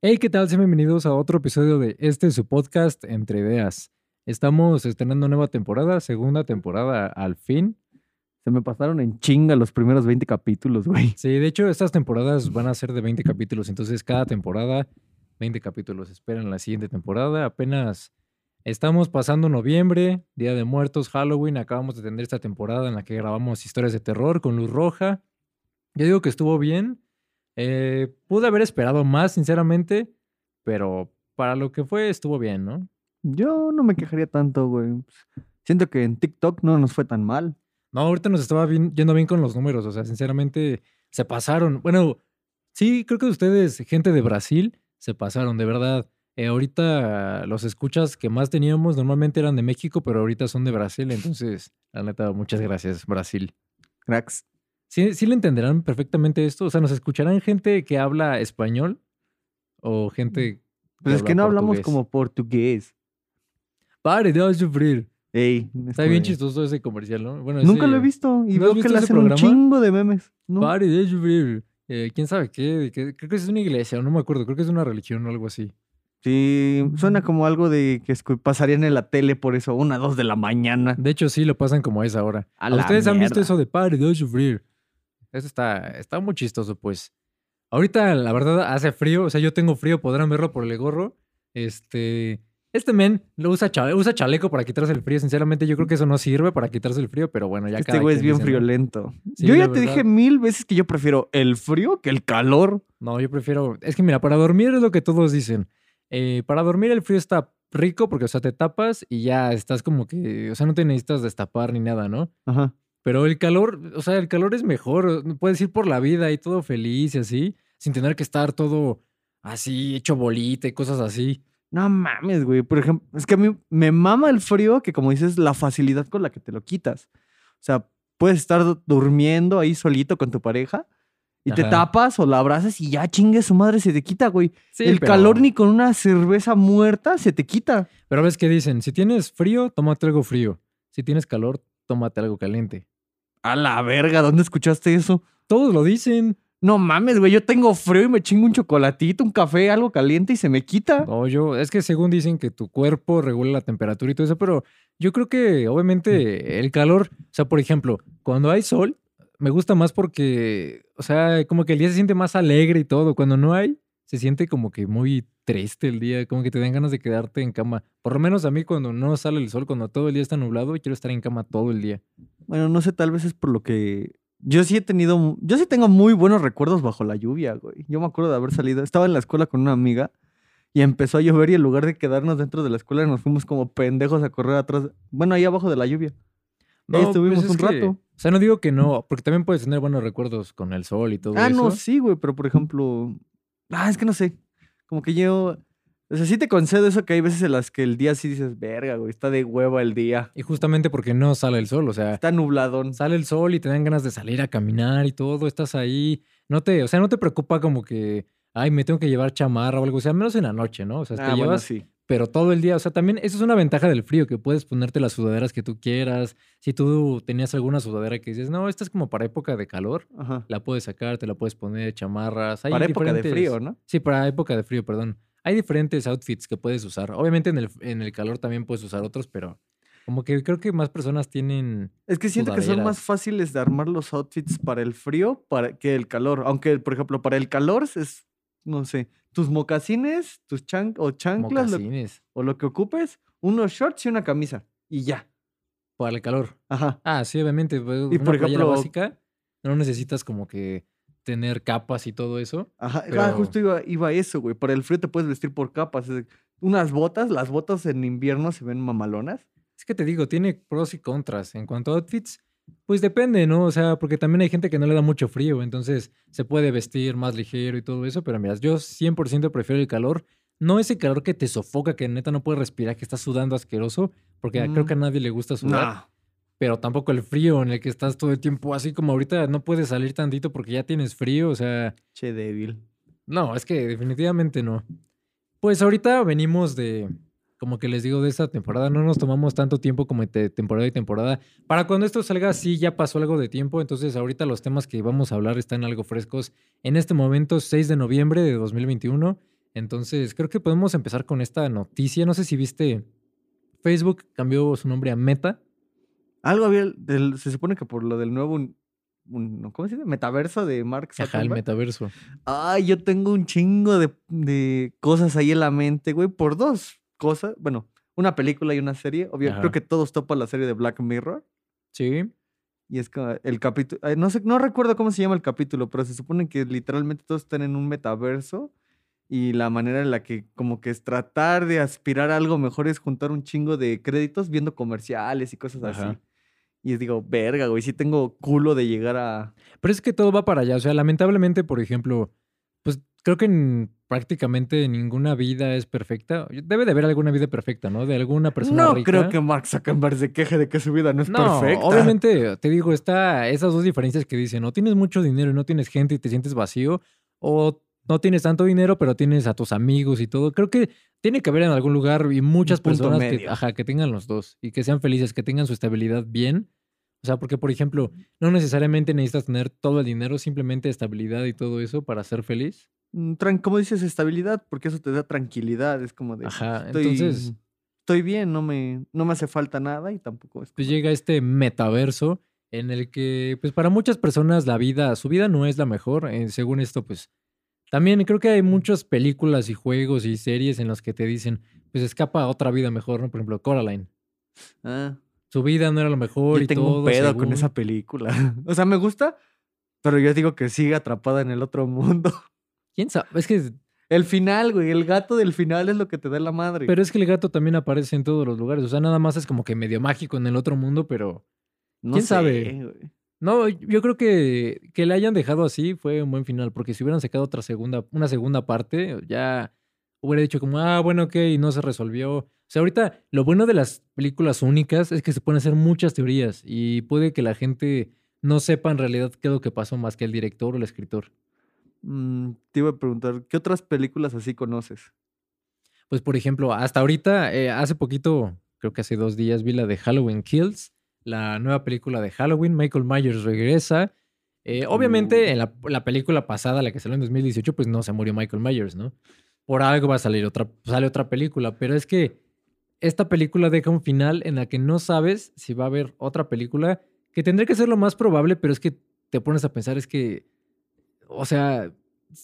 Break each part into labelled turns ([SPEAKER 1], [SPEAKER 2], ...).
[SPEAKER 1] Hey, ¿qué tal? Sean bienvenidos a otro episodio de este su podcast Entre Ideas. Estamos estrenando nueva temporada, segunda temporada al fin.
[SPEAKER 2] Se me pasaron en chinga los primeros 20 capítulos, güey.
[SPEAKER 1] Sí, de hecho, estas temporadas van a ser de 20 capítulos, entonces cada temporada, 20 capítulos. Esperan la siguiente temporada. Apenas estamos pasando noviembre, Día de Muertos, Halloween. Acabamos de tener esta temporada en la que grabamos historias de terror con luz roja. Yo digo que estuvo bien. Eh, pude haber esperado más, sinceramente, pero para lo que fue, estuvo bien, ¿no?
[SPEAKER 2] Yo no me quejaría tanto, güey. Siento que en TikTok no nos fue tan mal.
[SPEAKER 1] No, ahorita nos estaba bien- yendo bien con los números, o sea, sinceramente se pasaron. Bueno, sí, creo que ustedes, gente de Brasil, se pasaron, de verdad. Eh, ahorita los escuchas que más teníamos normalmente eran de México, pero ahorita son de Brasil, entonces, la neta, muchas gracias, Brasil.
[SPEAKER 2] Cracks.
[SPEAKER 1] ¿Sí, sí le entenderán perfectamente esto? O sea, ¿nos escucharán gente que habla español o gente...
[SPEAKER 2] Mm, Pues es
[SPEAKER 1] habla
[SPEAKER 2] que no hablamos
[SPEAKER 1] portugués?
[SPEAKER 2] como portugués.
[SPEAKER 1] Pare de sufrir.
[SPEAKER 2] Ey, es
[SPEAKER 1] Está
[SPEAKER 2] como
[SPEAKER 1] bien
[SPEAKER 2] de-
[SPEAKER 1] chistoso ese comercial, ¿no? Bueno,
[SPEAKER 2] Nunca
[SPEAKER 1] ese-
[SPEAKER 2] lo he visto
[SPEAKER 1] ¿No
[SPEAKER 2] y
[SPEAKER 1] has
[SPEAKER 2] veo
[SPEAKER 1] visto
[SPEAKER 2] que le
[SPEAKER 1] ese
[SPEAKER 2] hacen
[SPEAKER 1] programa?
[SPEAKER 2] un chingo de memes. ¿no?
[SPEAKER 1] Pare de llover. Eh, ¿Quién sabe qué? de qué- Creo que es una iglesia, no me acuerdo. Creo que es una religión o algo así.
[SPEAKER 2] Sí, suena como algo de que escu- pasarían en la tele por eso, una, dos de la mañana.
[SPEAKER 1] De hecho, sí, lo pasan como a esa hora.
[SPEAKER 2] A
[SPEAKER 1] ¿A
[SPEAKER 2] la
[SPEAKER 1] ¿Ustedes han visto
[SPEAKER 2] mierda.
[SPEAKER 1] eso de pare de llover? Eso está, está muy chistoso, pues. Ahorita, la verdad, hace frío. O sea, yo tengo frío, podrán verlo por el gorro. Este... Este men lo usa, cha- usa chaleco para quitarse el frío. Sinceramente, yo creo que eso no sirve para quitarse el frío, pero bueno, ya
[SPEAKER 2] Este
[SPEAKER 1] cada
[SPEAKER 2] güey es
[SPEAKER 1] quien
[SPEAKER 2] bien
[SPEAKER 1] dice, ¿no?
[SPEAKER 2] friolento.
[SPEAKER 1] Sí,
[SPEAKER 2] Yo
[SPEAKER 1] la
[SPEAKER 2] ya te dije
[SPEAKER 1] verdad.
[SPEAKER 2] mil veces que yo prefiero el frío que el calor.
[SPEAKER 1] No, yo prefiero. Es que mira, para dormir es lo que todos dicen. Eh, para dormir el frío está rico porque, o sea, te tapas y ya estás como que. O sea, no te necesitas destapar ni nada, ¿no?
[SPEAKER 2] Ajá.
[SPEAKER 1] Pero el calor, o sea, el calor es mejor. o- Puedes ir por la vida y todo feliz y así, sin tener que estar todo así, hecho bolita y cosas así.
[SPEAKER 2] No mames, güey. Por ejemplo, es que a mí me mama el frío, que como dices, la facilidad con la que te lo quitas. O sea, puedes estar du- durmiendo ahí solito con tu pareja y te
[SPEAKER 1] Ajá.
[SPEAKER 2] tapas o la abrazas y ya chingue su madre se te quita, güey.
[SPEAKER 1] Sí,
[SPEAKER 2] el
[SPEAKER 1] pero-
[SPEAKER 2] calor ni con una cerveza muerta se te quita.
[SPEAKER 1] Pero ves que dicen: si tienes frío, tómate algo frío. Si tienes calor, tómate algo caliente.
[SPEAKER 2] A la verga, ¿dónde escuchaste eso?
[SPEAKER 1] Todos lo dicen.
[SPEAKER 2] No mames, güey. Yo tengo frío y me chingo un chocolatito, un café, algo caliente y se me quita.
[SPEAKER 1] No, yo, es que según dicen que tu cuerpo regula la temperatura y todo eso, pero yo creo que obviamente el calor, o sea, por ejemplo, cuando hay sol, me gusta más porque, o sea, como que el día se siente más alegre y todo. Cuando no hay, se siente como que muy triste el día, como que te dan ganas de quedarte en cama. Por lo menos a mí cuando no sale el sol, cuando todo el día está nublado, quiero estar en cama todo el día.
[SPEAKER 2] Bueno, no sé, tal vez es por lo que. Yo sí he tenido. mu- Yo sí tengo muy buenos recuerdos bajo la lluvia, güey. Yo me acuerdo de haber salido. Estaba en la escuela con una amiga y empezó a llover y en lugar de quedarnos dentro de la escuela nos fuimos como pendejos a correr atrás. Bueno, ahí abajo de la lluvia. Ahí estuvimos
[SPEAKER 1] pues es
[SPEAKER 2] un
[SPEAKER 1] que-
[SPEAKER 2] rato.
[SPEAKER 1] o sea, no digo que no, porque también puedes tener buenos recuerdos con el sol y todo
[SPEAKER 2] Ah,
[SPEAKER 1] eso.
[SPEAKER 2] no, sí, güey, pero por ejemplo. Ah, es que no sé. Como que yo. O sea, sí te concedo eso que hay veces en las que el día sí dices, verga, güey, está de hueva el día.
[SPEAKER 1] Y justamente porque no sale el sol, o sea,
[SPEAKER 2] Está nubladón.
[SPEAKER 1] sale el sol y te dan ganas de salir a caminar y todo, estás ahí, no te, o sea, no te preocupa como que, ay, me tengo que llevar chamarra o algo, o sea, menos en la noche, ¿no? O sea,
[SPEAKER 2] Ah,
[SPEAKER 1] te
[SPEAKER 2] bueno,
[SPEAKER 1] llevas,
[SPEAKER 2] sí.
[SPEAKER 1] pero todo el día, o sea, también eso es una ventaja del frío, que puedes ponerte las sudaderas que tú quieras, si tú tenías alguna sudadera que dices, no, esta es como para época de calor,
[SPEAKER 2] Ajá.
[SPEAKER 1] la puedes sacar, te la puedes poner, chamarras, hay
[SPEAKER 2] Para época de
[SPEAKER 1] diferentes-
[SPEAKER 2] frío, ¿no?
[SPEAKER 1] Sí, para época de frío, perdón. Hay diferentes outfits que puedes usar. Obviamente en el, en el calor también puedes usar otros, pero como que creo que más personas tienen
[SPEAKER 2] Es que siento que son
[SPEAKER 1] sudaderas.
[SPEAKER 2] más fáciles de armar los outfits para el frío para que el calor. Aunque, por ejemplo, para el calor es, no sé, tus mocasines, tus chan o chanclas lo-
[SPEAKER 1] mocasines.
[SPEAKER 2] o lo que ocupes, unos shorts y una camisa. Y ya.
[SPEAKER 1] Para el calor.
[SPEAKER 2] Ajá.
[SPEAKER 1] Ah, sí, obviamente. pues,
[SPEAKER 2] Y
[SPEAKER 1] una
[SPEAKER 2] por
[SPEAKER 1] playera
[SPEAKER 2] ejemplo-
[SPEAKER 1] básica, no necesitas como que tener capas y todo eso.
[SPEAKER 2] Ajá. Ah,
[SPEAKER 1] Pero-
[SPEAKER 2] justo iba, iba a eso, güey. Para el frío te puedes vestir por capas. es- unas botas, las botas en invierno se ven mamalonas.
[SPEAKER 1] Es que te digo, tiene pros y contras. En cuanto a outfits, pues depende, ¿no? O sea, porque también hay gente que no le da mucho frío, entonces se puede vestir más ligero y todo eso, pero mira, yo 100% prefiero el calor. No ese calor que te sofoca, que neta no puedes respirar, que estás sudando asqueroso, porque creo
[SPEAKER 2] Mm.
[SPEAKER 1] que a nadie le gusta sudar.
[SPEAKER 2] Nah.
[SPEAKER 1] pero tampoco el frío en el que estás todo el tiempo así como ahorita no puedes salir tantito porque ya tienes frío, o sea,
[SPEAKER 2] Che débil.
[SPEAKER 1] no, es que definitivamente no. Pues ahorita venimos de, como que les digo, de esta temporada, no nos tomamos tanto tiempo como entre temporada y temporada. Para cuando esto salga, sí, ya pasó algo de tiempo, entonces ahorita los temas que vamos a hablar están algo frescos. En este momento, 6 de noviembre de 2021. Entonces, creo que podemos empezar con esta noticia. No sé si viste, Facebook cambió su nombre a Meta.
[SPEAKER 2] Algo había, del- se supone que por lo del nuevo, un- un- ¿cómo se dice? Metaverso de Mark
[SPEAKER 1] Ajá, el
[SPEAKER 2] Zuckerberg.
[SPEAKER 1] metaverso.
[SPEAKER 2] Ay, yo tengo un chingo de, de cosas ahí en la mente, güey, por dos cosas. Bueno, una película y una serie. Obvio,
[SPEAKER 1] Ajá.
[SPEAKER 2] creo que todos topan la serie de Black Mirror.
[SPEAKER 1] Sí.
[SPEAKER 2] Y es como el capítulo, ay, no sé, no recuerdo cómo se llama el capítulo, pero se supone que literalmente todos están en un metaverso y la manera en la que como que es tratar de aspirar a algo mejor es juntar un chingo de créditos viendo comerciales y cosas así.
[SPEAKER 1] Ajá.
[SPEAKER 2] Y es digo, verga, güey, sí tengo culo de llegar a...
[SPEAKER 1] Pero es que todo va para allá. O sea, lamentablemente, por ejemplo, pues creo que en prácticamente ninguna vida es perfecta. Debe de haber alguna vida perfecta, ¿no? De alguna persona
[SPEAKER 2] no
[SPEAKER 1] rica.
[SPEAKER 2] creo que Mark Zuckerberg se queje de que su vida no es
[SPEAKER 1] No,
[SPEAKER 2] perfecta.
[SPEAKER 1] obviamente, te digo, está esas dos diferencias que dicen, no tienes mucho dinero y no tienes gente y te sientes vacío, o no tienes tanto dinero pero tienes a tus amigos y todo. Creo que tiene que haber en algún lugar y muchas
[SPEAKER 2] punto
[SPEAKER 1] personas que,
[SPEAKER 2] medio.
[SPEAKER 1] ajá, que tengan los dos y que sean felices, que tengan su estabilidad bien. O sea, porque, por ejemplo, no necesariamente necesitas tener todo el dinero, simplemente estabilidad y todo eso para ser feliz.
[SPEAKER 2] Mm, tran- ¿Cómo dices estabilidad? Porque eso te da tranquilidad, es como de...
[SPEAKER 1] Ajá,
[SPEAKER 2] Pues Estoy,
[SPEAKER 1] entonces-
[SPEAKER 2] Estoy bien, no me, no me hace falta nada y tampoco es...
[SPEAKER 1] pues
[SPEAKER 2] como-
[SPEAKER 1] llega este metaverso en el que, pues para muchas personas la vida, su vida no es la mejor. eh, según esto, pues también creo que hay muchas películas y juegos y series en las que te dicen, pues escapa a otra vida mejor, ¿no? Por ejemplo, Coraline.
[SPEAKER 2] Ah.
[SPEAKER 1] Su vida no era lo mejor
[SPEAKER 2] Yo
[SPEAKER 1] y
[SPEAKER 2] tengo
[SPEAKER 1] todo.
[SPEAKER 2] un pedo con
[SPEAKER 1] según-
[SPEAKER 2] esa película. O sea, me gusta, pero yo digo que sigue atrapada en el otro mundo.
[SPEAKER 1] ¿Quién sabe? Es que,
[SPEAKER 2] El final, güey, el gato del final es lo que te da la madre.
[SPEAKER 1] pero es que el gato también aparece en todos los lugares. O sea, nada más es como que medio mágico en el otro mundo, pero
[SPEAKER 2] No
[SPEAKER 1] ¿quién
[SPEAKER 2] sé,
[SPEAKER 1] sabe?
[SPEAKER 2] güey.
[SPEAKER 1] No, yo creo que que le hayan dejado así fue un buen final, porque si hubieran sacado otra segunda, una segunda parte, ya hubiera dicho como, ah, bueno, ok, no se resolvió. O sea, ahorita lo bueno de las películas únicas es que se pueden hacer muchas teorías y puede que la gente no sepa en realidad qué es lo que pasó más que el director o el escritor.
[SPEAKER 2] Mm, te iba a preguntar, ¿qué otras películas así conoces?
[SPEAKER 1] Pues, por ejemplo, hasta ahorita, eh, hace poquito, creo que hace dos días, vi la de Halloween Kills, la nueva película de Halloween. Michael Myers regresa. Eh, obviamente,
[SPEAKER 2] Uh.
[SPEAKER 1] en la, la película pasada, la que salió en 2018, pues no se murió Michael Myers, ¿no? Por algo va a salir otra, sale otra película, pero es que esta película deja un final en la que no sabes si va a haber otra película, que tendría que ser lo más probable, pero es que te pones a pensar, es que, o sea,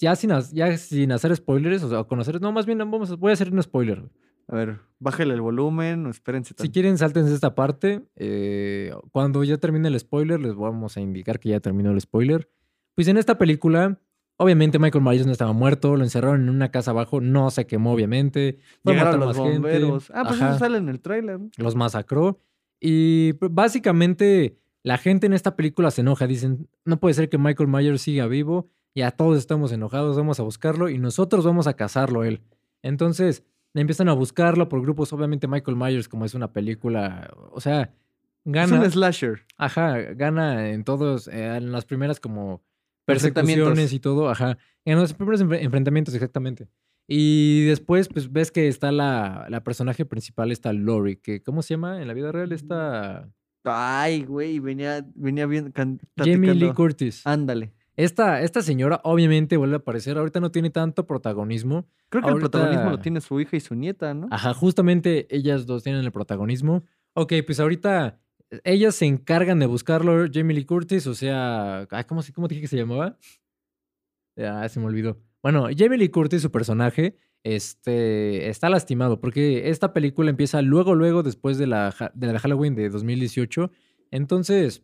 [SPEAKER 1] ya sin, ha- ya sin hacer spoilers, o sea, conocer, no, más bien vamos, a- voy a hacer un spoiler. güey.
[SPEAKER 2] A ver, bájale el volumen o espérense.
[SPEAKER 1] Si
[SPEAKER 2] tantito.
[SPEAKER 1] quieren, saltense esta parte. eh, cuando ya termine el spoiler, les vamos a indicar que ya terminó el spoiler. Pues en esta película, obviamente Michael Myers no estaba muerto, lo encerraron en una casa abajo, no se quemó, obviamente. fue a
[SPEAKER 2] Llegaron
[SPEAKER 1] matar
[SPEAKER 2] los
[SPEAKER 1] más gente,
[SPEAKER 2] bomberos. Ah, pues
[SPEAKER 1] ajá,
[SPEAKER 2] eso sale en el tráiler.
[SPEAKER 1] Los masacró. Y pues, básicamente la gente en esta película se enoja. Dicen, no puede ser que Michael Myers siga vivo. Ya todos estamos enojados, vamos a buscarlo y nosotros vamos a cazarlo a él. Entonces, empiezan a buscarlo por grupos. Obviamente, Michael Myers, como es una película, o sea,
[SPEAKER 2] Es un
[SPEAKER 1] gana.
[SPEAKER 2] slasher.
[SPEAKER 1] Ajá, gana en todos, eh, en las primeras como
[SPEAKER 2] Enfrentamientos.
[SPEAKER 1] persecuciones y todo, ajá. En los primeros enfre- enfrentamientos, exactamente. Y después, pues ves que está la, la personaje principal, está Lori, que ¿cómo se llama? En la vida real está
[SPEAKER 2] Ay, güey, venía, venía bien can-
[SPEAKER 1] Jamie Lee
[SPEAKER 2] platicando. Ah.
[SPEAKER 1] Curtis.
[SPEAKER 2] Ándale.
[SPEAKER 1] Esta, esta señora obviamente vuelve a aparecer, ahorita no tiene tanto protagonismo.
[SPEAKER 2] Creo que el protagonismo lo
[SPEAKER 1] Ahorita-
[SPEAKER 2] tiene su hija y su nieta, ¿no?
[SPEAKER 1] Ajá, justamente ellas dos tienen el protagonismo. Ok, pues ahorita eh, ellas se encargan de buscarlo, Jamie Lee Curtis, o sea, ay, ¿cómo, se- cómo dije que se llamaba? Ya, se me olvidó. Bueno, Jamie Lee Curtis, su personaje, este, está lastimado porque esta película empieza luego, luego, después de la, ja- de la Halloween de 2018. Entonces,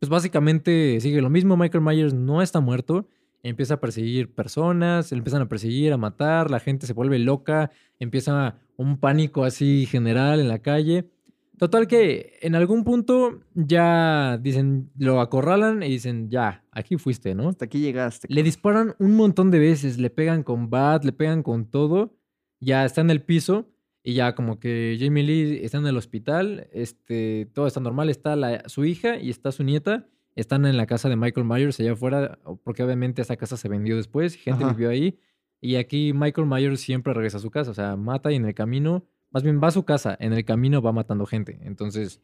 [SPEAKER 1] pues básicamente sigue lo mismo, Michael Myers no está muerto. Empieza a perseguir personas, le empiezan a perseguir, a matar, la gente se vuelve loca, empieza un pánico así general en la calle. Total que en algún punto ya dicen, lo acorralan y dicen, ya, aquí fuiste, ¿no?
[SPEAKER 2] Hasta aquí llegaste.
[SPEAKER 1] Le disparan un montón de veces, le pegan con bat, le pegan con todo. Ya está en el piso y ya como que Jamie Lee está en el hospital, este, todo está normal, está la- su hija y está su nieta. Están en la casa de Michael Myers allá afuera, o- porque obviamente esa casa se vendió después, gente
[SPEAKER 2] Ajá.
[SPEAKER 1] vivió ahí. Y aquí Michael Myers siempre regresa a su casa, o sea, mata y en el camino, más bien va a su casa, en el camino va matando gente. Entonces,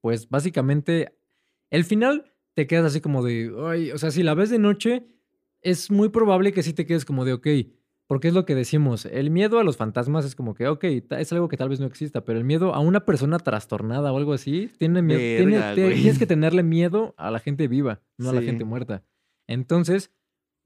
[SPEAKER 1] pues básicamente, el final te quedas así como de, ay, o sea, si la ves de noche, es muy probable que sí te quedes como de, ok, Porque es lo que decimos, el miedo a los fantasmas es como que, ok, ta- es algo que tal vez no exista, pero el miedo a una persona trastornada o algo así, tiene miedo, tiene-
[SPEAKER 2] Verga,
[SPEAKER 1] te-
[SPEAKER 2] güey.
[SPEAKER 1] tienes que tenerle miedo a la gente viva, no a la
[SPEAKER 2] Sí.
[SPEAKER 1] gente muerta. Entonces,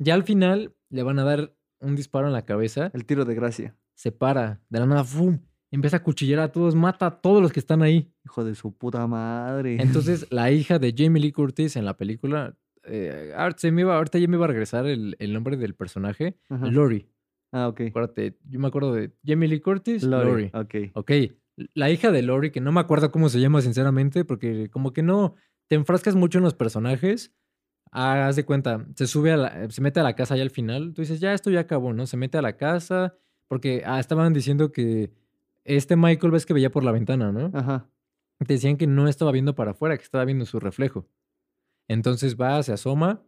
[SPEAKER 1] ya al final le van a dar un disparo en la cabeza,
[SPEAKER 2] El tiro de gracia.
[SPEAKER 1] se para, de la nada, ¡fum! Empieza a cuchillar a todos, mata a todos los que están ahí.
[SPEAKER 2] Hijo de su puta madre.
[SPEAKER 1] Entonces, la hija de Jamie Lee Curtis en la película, eh, ahor- se me iba, ahorita ya me iba a regresar el, el nombre del personaje,
[SPEAKER 2] Ajá.
[SPEAKER 1] Lori.
[SPEAKER 2] Ah, ok.
[SPEAKER 1] Acuérdate, yo me acuerdo de Jamie Lee Curtis, Lori.
[SPEAKER 2] Lori. ah. Ok.
[SPEAKER 1] Ok, la hija de Lori, que no me acuerdo cómo se llama sinceramente, porque como que no te enfrascas mucho en los personajes. Ah, haz de cuenta, se sube a la- eh, se mete a la casa ya al final. Tú dices, ya esto ya acabó, ¿no? Se mete a la casa, porque ah, estaban diciendo que este Michael ves que veía por la ventana, ¿no?
[SPEAKER 2] Ajá.
[SPEAKER 1] Te decían que no estaba viendo para afuera, que estaba viendo su reflejo. Entonces va, se asoma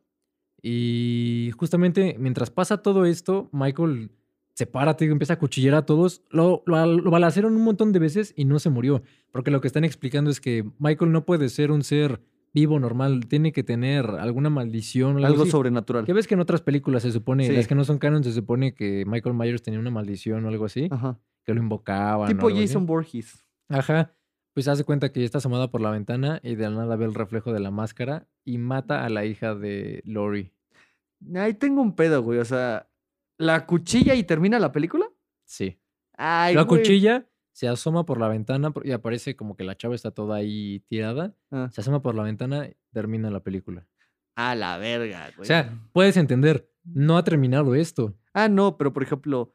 [SPEAKER 1] y justamente mientras pasa todo esto, Michael se para, te digo, empieza a cuchillar a todos. Lo, lo, al- lo balacearon un montón de veces y no se murió. Porque lo que están explicando es que Michael no puede ser un ser vivo normal, tiene que tener alguna maldición o algo,
[SPEAKER 2] Algo
[SPEAKER 1] así.
[SPEAKER 2] sobrenatural.
[SPEAKER 1] ¿Qué ves que en otras películas se supone,
[SPEAKER 2] Sí.
[SPEAKER 1] las que no son canon, se supone que Michael Myers tenía una maldición o algo así?
[SPEAKER 2] Ajá.
[SPEAKER 1] Que lo invocaban. o
[SPEAKER 2] Ah. tipo
[SPEAKER 1] algo así.
[SPEAKER 2] Jason Borges.
[SPEAKER 1] Ajá. Pues hace cuenta que ya está asomada por la ventana y de la nada ve el reflejo de la máscara y mata a la hija de Lori.
[SPEAKER 2] Ahí tengo un pedo, güey. O sea, ¿la cuchilla y termina la película?
[SPEAKER 1] Sí.
[SPEAKER 2] Ay,
[SPEAKER 1] la
[SPEAKER 2] güey.
[SPEAKER 1] cuchilla se asoma por la ventana por- y aparece como que la chava está toda ahí tirada.
[SPEAKER 2] Ah.
[SPEAKER 1] Se asoma por la ventana y termina la película.
[SPEAKER 2] A la verga, güey.
[SPEAKER 1] O sea, puedes entender, no ha terminado esto.
[SPEAKER 2] Ah, no, pero por ejemplo,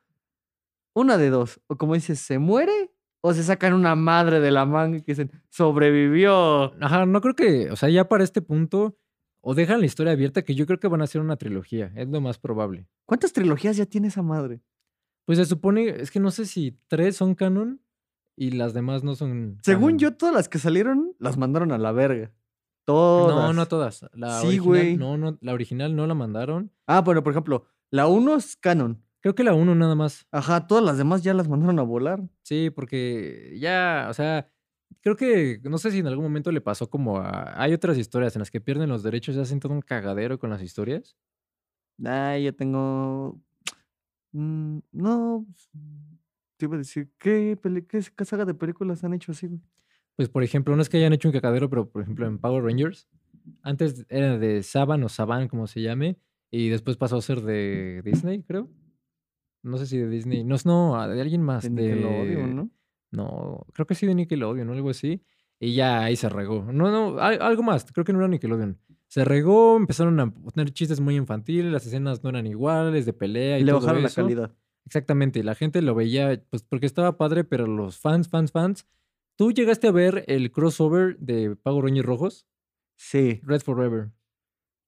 [SPEAKER 2] una de dos. O como dices, ¿se muere? O se sacan una madre de la manga y que dicen, sobrevivió.
[SPEAKER 1] Ajá, no creo que, o sea, ya para este punto, o dejan la historia abierta, que yo creo que van a hacer una trilogía, es lo más probable.
[SPEAKER 2] ¿Cuántas trilogías ya tiene esa madre?
[SPEAKER 1] Pues se supone, es que no sé si tres son canon y las demás no son.
[SPEAKER 2] Según
[SPEAKER 1] canon.
[SPEAKER 2] yo, todas las que salieron las mandaron a la verga. Todas.
[SPEAKER 1] No, no todas. La
[SPEAKER 2] Sí,
[SPEAKER 1] original,
[SPEAKER 2] güey.
[SPEAKER 1] No, no, la original no la mandaron.
[SPEAKER 2] Ah, bueno, por ejemplo, la 1 es canon.
[SPEAKER 1] Creo que la uno nada más.
[SPEAKER 2] Ajá, todas las demás ya las mandaron a volar.
[SPEAKER 1] Sí, porque ya, o sea, creo que, no sé si en algún momento le pasó como a... Hay otras historias en las que pierden los derechos y hacen todo un cagadero con las historias.
[SPEAKER 2] Ay, yo tengo. Mm, no. pues, Te iba a decir, ¿qué, peli- qué saga de películas han hecho así, güey?
[SPEAKER 1] Pues, por ejemplo, no es que hayan hecho un cagadero, pero, por ejemplo, en Power Rangers, antes era de Saban o Saban, como se llame, y después pasó a ser de Disney, creo. No sé si de Disney. No, no, de alguien más.
[SPEAKER 2] De Nickelodeon,
[SPEAKER 1] de-
[SPEAKER 2] ¿no?
[SPEAKER 1] No, creo que sí de Nickelodeon o algo así. Y ya ahí se regó. No, no, al- algo más. Creo que no era Nickelodeon. Se regó, empezaron a tener chistes muy infantiles, las escenas no eran iguales, de pelea y
[SPEAKER 2] Le
[SPEAKER 1] todo
[SPEAKER 2] bajaron la
[SPEAKER 1] eso.
[SPEAKER 2] calidad.
[SPEAKER 1] Exactamente, y la gente lo veía pues porque estaba padre, pero los fans, fans, fans. ¿Tú llegaste a ver el crossover de Pago Rangers Rojos?
[SPEAKER 2] Sí.
[SPEAKER 1] Red Forever.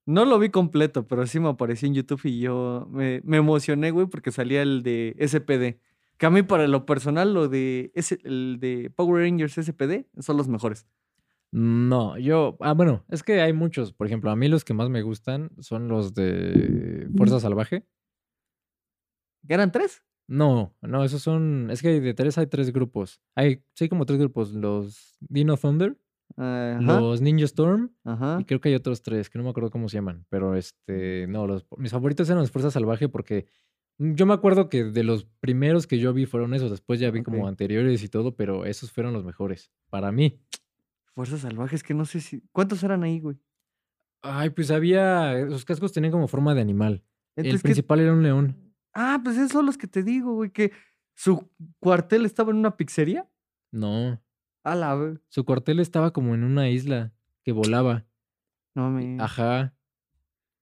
[SPEAKER 2] No lo vi completo, pero sí me apareció en YouTube y yo me, me emocioné, güey, porque salía el de SPD. Que a mí, para lo personal, lo de ese, el de Power Rangers SPD son los mejores.
[SPEAKER 1] No, yo, ah, bueno, es que hay muchos. Por ejemplo, a mí los que más me gustan son los de Fuerza Salvaje.
[SPEAKER 2] ¿Eran tres?
[SPEAKER 1] No, no, esos son. Es que de tres hay tres grupos. Hay, sí, hay como tres grupos. Los Dino Thunder,
[SPEAKER 2] eh, Ajá. Ah.
[SPEAKER 1] los Ninja Storm,
[SPEAKER 2] ajá.
[SPEAKER 1] y creo que hay otros tres, que no me acuerdo cómo se llaman. Pero este, no, los, mis favoritos eran los Fuerza Salvaje porque mm, yo me acuerdo que de los primeros que yo vi fueron esos. Después ya vi como
[SPEAKER 2] Ok.
[SPEAKER 1] anteriores y todo, pero esos fueron los mejores para mí.
[SPEAKER 2] Fuerzas salvajes, que no sé si. ¿Cuántos eran ahí, güey?
[SPEAKER 1] Ay, pues había. Los cascos tenían como forma de animal. El
[SPEAKER 2] Entonces, ¿qué-
[SPEAKER 1] principal era un león.
[SPEAKER 2] Ah, pues esos son los que te digo, güey, que su cuartel estaba en una pizzería.
[SPEAKER 1] No,
[SPEAKER 2] A la vez.
[SPEAKER 1] su cuartel estaba como en una isla que volaba.
[SPEAKER 2] No me.
[SPEAKER 1] Ajá.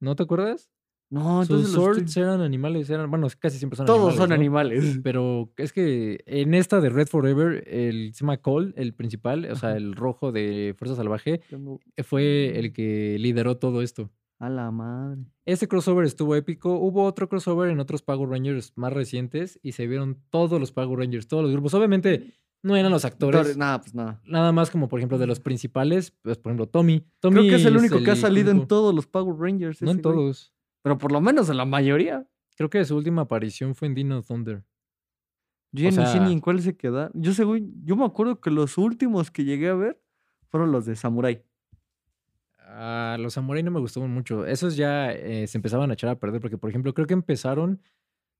[SPEAKER 1] ¿No te acuerdas?
[SPEAKER 2] Mm. No, entonces
[SPEAKER 1] Sus
[SPEAKER 2] los estoy-
[SPEAKER 1] swords eran animales, eran, bueno, casi siempre son animales.
[SPEAKER 2] todos son
[SPEAKER 1] ¿no?
[SPEAKER 2] animales.
[SPEAKER 1] Pero es que en esta de Red Forever, el se llama Cole, el principal, o sea,
[SPEAKER 2] Ajá.
[SPEAKER 1] el rojo de Fuerza Salvaje,
[SPEAKER 2] Tengo-
[SPEAKER 1] fue el que lideró todo esto.
[SPEAKER 2] A la madre.
[SPEAKER 1] Ese crossover estuvo épico. Hubo otro crossover en otros Power Rangers más recientes y se vieron todos los Power Rangers, todos los grupos. Obviamente no eran los actores,
[SPEAKER 2] Entonces, Nada, pues nada.
[SPEAKER 1] nada más como por ejemplo de los principales, pues por ejemplo Tommy. Tommy
[SPEAKER 2] Creo que es el único que ha salido en
[SPEAKER 1] único-
[SPEAKER 2] todos los Power Rangers.
[SPEAKER 1] No en
[SPEAKER 2] ese güey.
[SPEAKER 1] todos.
[SPEAKER 2] Pero por lo menos en la mayoría.
[SPEAKER 1] Creo que su última aparición fue en Dino Thunder.
[SPEAKER 2] Yo ya
[SPEAKER 1] O
[SPEAKER 2] ni sé ni
[SPEAKER 1] sea-
[SPEAKER 2] en cuál se queda. Yo según, yo me acuerdo que los últimos que llegué a ver fueron los de Samurai.
[SPEAKER 1] Ah, los samurai no me gustaban mucho. Esos ya eh, se empezaban a echar a perder porque, por ejemplo, creo que empezaron